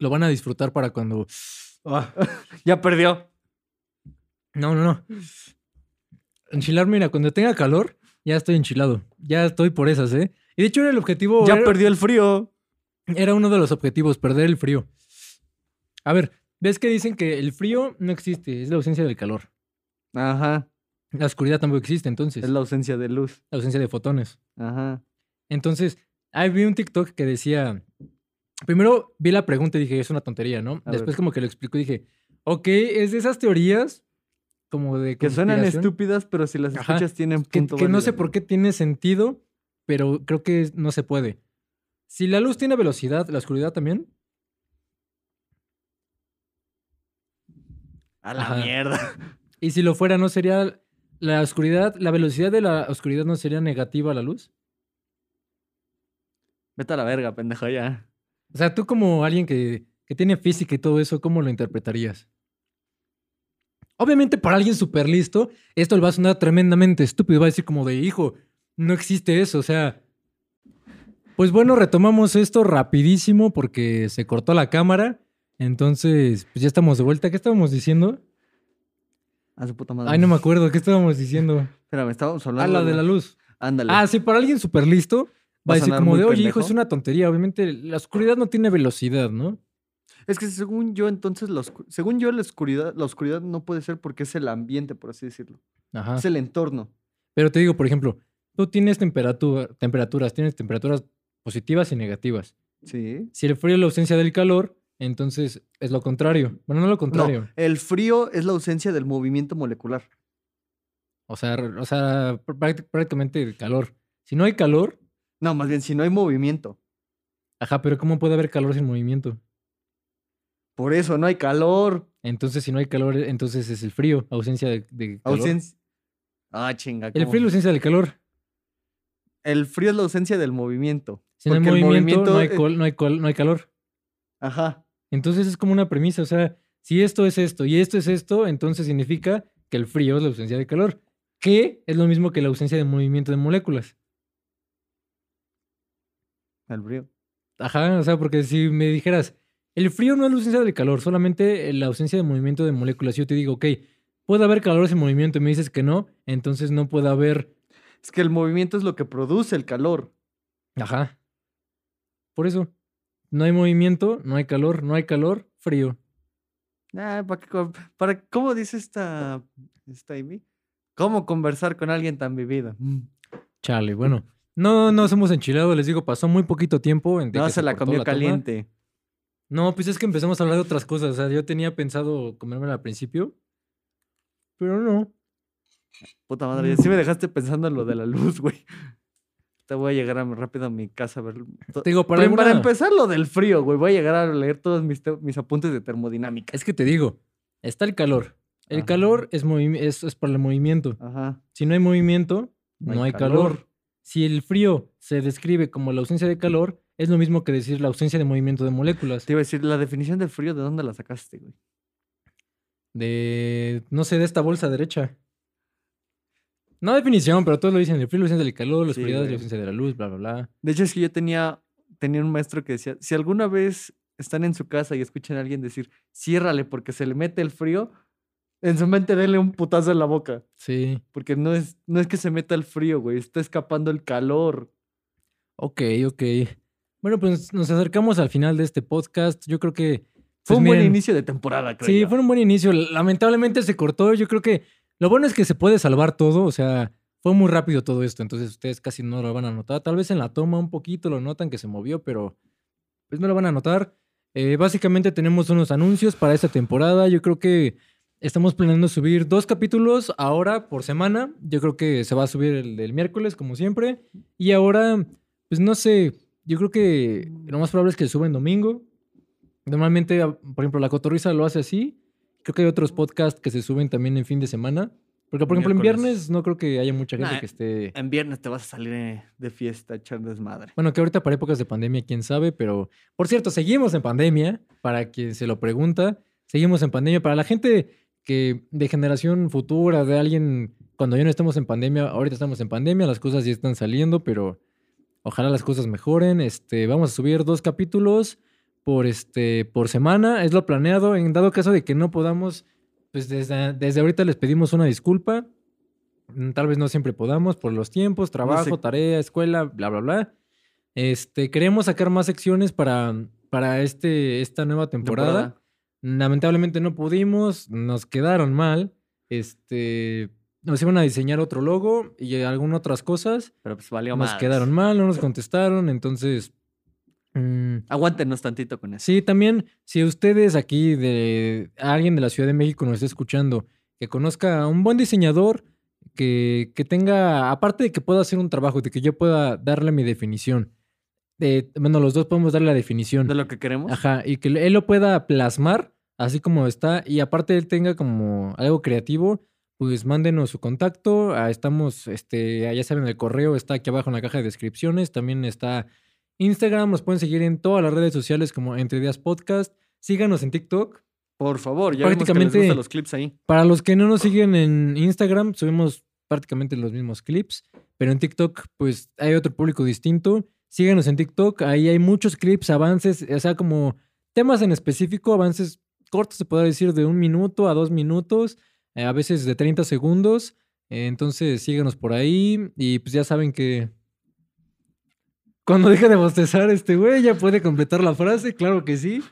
[SPEAKER 1] lo van a disfrutar para cuando... Ah.
[SPEAKER 2] Ya perdió.
[SPEAKER 1] No, no, no. Enchilarme, mira, cuando tenga calor, ya estoy enchilado. Ya estoy por esas, ¿eh? Y de hecho era el objetivo...
[SPEAKER 2] Ya
[SPEAKER 1] era-
[SPEAKER 2] perdió el frío.
[SPEAKER 1] Era uno de los objetivos, perder el frío. A ver, ¿ves que dicen que el frío no existe? Es la ausencia del calor.
[SPEAKER 2] Ajá.
[SPEAKER 1] La oscuridad tampoco existe, entonces.
[SPEAKER 2] Es
[SPEAKER 1] La
[SPEAKER 2] la ausencia de luz.
[SPEAKER 1] ausencia de fotones.
[SPEAKER 2] Ajá.
[SPEAKER 1] Entonces, ahí vi un TikTok que decía. Primero vi la pregunta y dije, es una tontería, ¿no?
[SPEAKER 2] A ver.
[SPEAKER 1] Después, como que lo explico y dije, ok, es de esas teorías como de.
[SPEAKER 2] Que suenan
[SPEAKER 1] conspiración,
[SPEAKER 2] estúpidas, pero si las
[SPEAKER 1] Ajá.
[SPEAKER 2] escuchas tienen
[SPEAKER 1] que-
[SPEAKER 2] punto
[SPEAKER 1] que no
[SPEAKER 2] válido.
[SPEAKER 1] sé por qué tiene sentido, pero creo que no se puede. Si la luz tiene velocidad, ¿la oscuridad también?
[SPEAKER 2] A la
[SPEAKER 1] Ajá.
[SPEAKER 2] mierda.
[SPEAKER 1] Y si lo fuera, ¿no sería la oscuridad? ¿La velocidad de la oscuridad no sería negativa a la luz?
[SPEAKER 2] Vete a la verga, pendejo, ya.
[SPEAKER 1] O sea, tú como alguien que, que tiene física y todo eso, ¿cómo lo interpretarías? Obviamente para alguien súper listo, esto le va a sonar tremendamente estúpido. Va a decir como de, hijo, no existe eso. O sea, pues bueno, retomamos esto rapidísimo porque se cortó la cámara. Entonces, pues ya estamos de vuelta. ¿Qué estábamos diciendo?
[SPEAKER 2] A su puta madre.
[SPEAKER 1] Ay, no me acuerdo. ¿Qué estábamos diciendo?
[SPEAKER 2] Espérame, estábamos
[SPEAKER 1] Ah,
[SPEAKER 2] hablando.
[SPEAKER 1] la de la luz.
[SPEAKER 2] Ándale.
[SPEAKER 1] Ah, sí, para alguien súper listo, va
[SPEAKER 2] Va a
[SPEAKER 1] a decir
[SPEAKER 2] sonar
[SPEAKER 1] como
[SPEAKER 2] muy
[SPEAKER 1] de, oye, hijo,
[SPEAKER 2] pendejo".
[SPEAKER 1] es una tontería. Obviamente, la oscuridad no tiene velocidad, ¿no?
[SPEAKER 2] Es que según yo, entonces, la oscu- según yo, la oscuridad, la oscuridad no puede ser porque es el ambiente, por así decirlo.
[SPEAKER 1] Ajá.
[SPEAKER 2] Es el entorno.
[SPEAKER 1] Pero te digo, por ejemplo, tú tienes temperatura, temperaturas, tienes temperaturas positivas y negativas.
[SPEAKER 2] Sí.
[SPEAKER 1] Si el frío es la ausencia del calor, entonces es lo contrario. Bueno, no lo contrario.
[SPEAKER 2] No, el frío es la ausencia del movimiento molecular.
[SPEAKER 1] O sea, re- o sea, pr- práct- prácticamente el calor. Si no hay calor,
[SPEAKER 2] No, más bien, si no hay movimiento.
[SPEAKER 1] ajá, pero ¿cómo puede haber calor sin movimiento?
[SPEAKER 2] Por eso no hay calor.
[SPEAKER 1] Entonces, si no hay calor, entonces es el frío, ausencia de, de calor.
[SPEAKER 2] Ausencia. Ah, chinga.
[SPEAKER 1] El
[SPEAKER 2] ¿cómo?
[SPEAKER 1] frío es la ausencia del calor.
[SPEAKER 2] El frío es la ausencia del movimiento.
[SPEAKER 1] Si no hay
[SPEAKER 2] Porque el
[SPEAKER 1] movimiento, no, hay
[SPEAKER 2] movimiento, eh,
[SPEAKER 1] col- no, hay col- no hay calor.
[SPEAKER 2] Ajá.
[SPEAKER 1] Entonces es como una premisa, o sea, si esto es esto y esto es esto, entonces significa que el frío es la ausencia de calor, que es lo mismo que la ausencia de movimiento de moléculas.
[SPEAKER 2] El frío.
[SPEAKER 1] Ajá, o sea, porque si me dijeras, el frío no es la ausencia del calor, solamente la ausencia de movimiento de moléculas, yo te digo, ok, puede haber calor sin movimiento y me dices que no, entonces no puede haber,
[SPEAKER 2] Es que el movimiento es lo que produce el calor.
[SPEAKER 1] ajá. Por eso, no hay movimiento, no hay calor, no hay calor, frío.
[SPEAKER 2] Ah, ¿para, qué co- para, ¿Cómo dice esta, esta Amy? ¿Cómo conversar con alguien tan vivido? Mm.
[SPEAKER 1] Chale, bueno. No, no somos enchilados, les digo, pasó muy poquito tiempo. en de
[SPEAKER 2] No,
[SPEAKER 1] que
[SPEAKER 2] se la
[SPEAKER 1] cortó
[SPEAKER 2] comió
[SPEAKER 1] toma.
[SPEAKER 2] caliente.
[SPEAKER 1] No, pues es que empezamos a hablar de otras cosas. O sea, yo tenía pensado comérmela al principio, pero no.
[SPEAKER 2] Puta
[SPEAKER 1] Mm.
[SPEAKER 2] madre, sí me dejaste pensando en lo de la luz, güey. Te voy a llegar a, rápido a mi casa a ver. to-
[SPEAKER 1] Te digo, para,
[SPEAKER 2] Para, em- para
[SPEAKER 1] alguna-
[SPEAKER 2] empezar lo del frío, güey, voy a llegar a leer todos mis, te- mis apuntes de termodinámica.
[SPEAKER 1] Es que te digo, está el calor. El
[SPEAKER 2] Ajá.
[SPEAKER 1] calor es, movim- es, es para el movimiento.
[SPEAKER 2] Ajá.
[SPEAKER 1] Si no hay movimiento, no, hay calor.
[SPEAKER 2] calor.
[SPEAKER 1] Si el frío se describe como la ausencia de calor, es lo mismo que decir la ausencia de movimiento de moléculas.
[SPEAKER 2] Te iba a decir, la definición de frío, ¿de dónde la sacaste, güey?
[SPEAKER 1] De, no sé, de esta bolsa derecha. No definición, pero todos lo dicen. El frío, la ausencia del calor, la
[SPEAKER 2] Sí,
[SPEAKER 1] oscuridad, la
[SPEAKER 2] güey.
[SPEAKER 1] ausencia de la luz, bla, bla, bla.
[SPEAKER 2] De hecho, es que yo tenía, tenía un maestro que decía, si alguna vez están en su casa y escuchan a alguien decir, ciérrale porque se le mete el frío, en su mente denle un putazo en la boca.
[SPEAKER 1] Sí.
[SPEAKER 2] Porque no es, no es que se meta el frío, güey, está escapando el calor.
[SPEAKER 1] Ok, ok. Bueno, pues nos acercamos al final de este podcast. Yo creo que.
[SPEAKER 2] Fue
[SPEAKER 1] pues,
[SPEAKER 2] un buen
[SPEAKER 1] miren,
[SPEAKER 2] inicio de temporada, creo.
[SPEAKER 1] Sí,
[SPEAKER 2] yo.
[SPEAKER 1] fue un buen inicio. Lamentablemente se cortó. Yo creo que lo bueno es que se puede salvar todo. O sea, fue muy rápido todo esto. Entonces ustedes casi no lo van a notar. Tal vez en la toma un poquito lo notan que se movió, pero pues no lo van a notar. Eh, básicamente tenemos unos anuncios para esta temporada. Yo creo que estamos planeando subir dos capítulos ahora por semana. Yo creo que se va a subir el del miércoles, como siempre. Y ahora, pues no sé, yo creo que lo más probable es que suba en domingo. Normalmente, a- por ejemplo, La Cotorriza lo hace así. Creo que hay otros podcasts que se suben también en fin de semana. Porque, por ejemplo, en
[SPEAKER 2] Miércoles.
[SPEAKER 1] viernes no creo que haya mucha gente
[SPEAKER 2] Nah,
[SPEAKER 1] que esté...
[SPEAKER 2] En viernes te vas a salir eh, de fiesta, a echar desmadre.
[SPEAKER 1] Bueno, que ahorita para épocas de pandemia, quién sabe, pero por cierto, seguimos en pandemia, para quien se lo pregunta, seguimos en pandemia. Para la gente que de generación futura, de alguien, cuando ya no estemos en pandemia, ahorita estamos en pandemia, las cosas ya están saliendo, pero ojalá las cosas mejoren. Este, vamos a subir dos capítulos por, este, por semana, es lo planeado. En dado caso de que no podamos, pues desde, desde ahorita les pedimos una disculpa. Mm, Tal vez no siempre podamos por los tiempos, trabajo, tarea, escuela, bla, bla, bla. Este, queremos sacar más secciones para, para este, esta nueva temporada. Lamentablemente no pudimos, nos quedaron mal. Este, nos iban a diseñar otro logo y algunas otras cosas.
[SPEAKER 2] Pero pues valió
[SPEAKER 1] Nos
[SPEAKER 2] más.
[SPEAKER 1] quedaron mal, no nos contestaron, entonces... mm,
[SPEAKER 2] Aguántenos tantito con eso.
[SPEAKER 1] Sí, también, si ustedes aquí de alguien de la Ciudad de México nos está escuchando, que conozca a un buen diseñador, que, que tenga, aparte de que pueda hacer un trabajo, de que yo pueda darle mi definición, eh, bueno, los dos podemos darle la definición.
[SPEAKER 2] de lo que queremos.
[SPEAKER 1] Ajá, y que él lo pueda plasmar así como está y aparte él tenga como algo creativo, pues mándenos su contacto. ah, Estamos, este, ah, ya saben, el correo está aquí abajo en la caja de descripciones. También está Instagram, nos pueden seguir en todas las redes sociales como Entre Días Podcast. Síganos en TikTok.
[SPEAKER 2] Por favor, ya vimos que les
[SPEAKER 1] Prácticamente-
[SPEAKER 2] gustan los clips ahí.
[SPEAKER 1] Para los que no nos siguen en Instagram, subimos prácticamente los mismos clips, pero en TikTok, pues hay otro público distinto. Síganos en TikTok, ahí hay muchos clips, avances, o sea, como temas en específico, avances cortos, se puede decir, de un minuto a dos minutos, eh, a veces de 30 segundos. Eh, entonces, síganos por ahí y pues ya saben que. Cuando deja de bostezar este güey, ya puede completar la frase, claro que sí.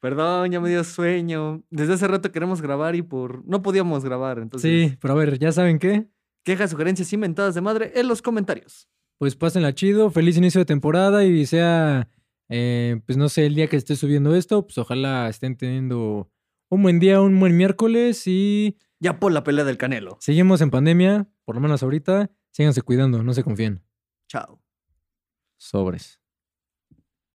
[SPEAKER 2] Perdón, ya me dio sueño. Desde hace rato queremos grabar y por no podíamos grabar, entonces.
[SPEAKER 1] Sí, pero a ver, ¿ya saben qué?
[SPEAKER 2] Quejas, sugerencias inventadas de madre en los comentarios.
[SPEAKER 1] pues pásenla chido, feliz inicio de temporada y sea, eh, pues no sé, el día que esté subiendo esto, pues ojalá estén teniendo un buen día, un buen miércoles y
[SPEAKER 2] Ya por la pelea del Canelo.
[SPEAKER 1] seguimos en pandemia, por lo menos ahorita, síganse cuidando, no se confíen.
[SPEAKER 2] Chao.
[SPEAKER 1] Sobres.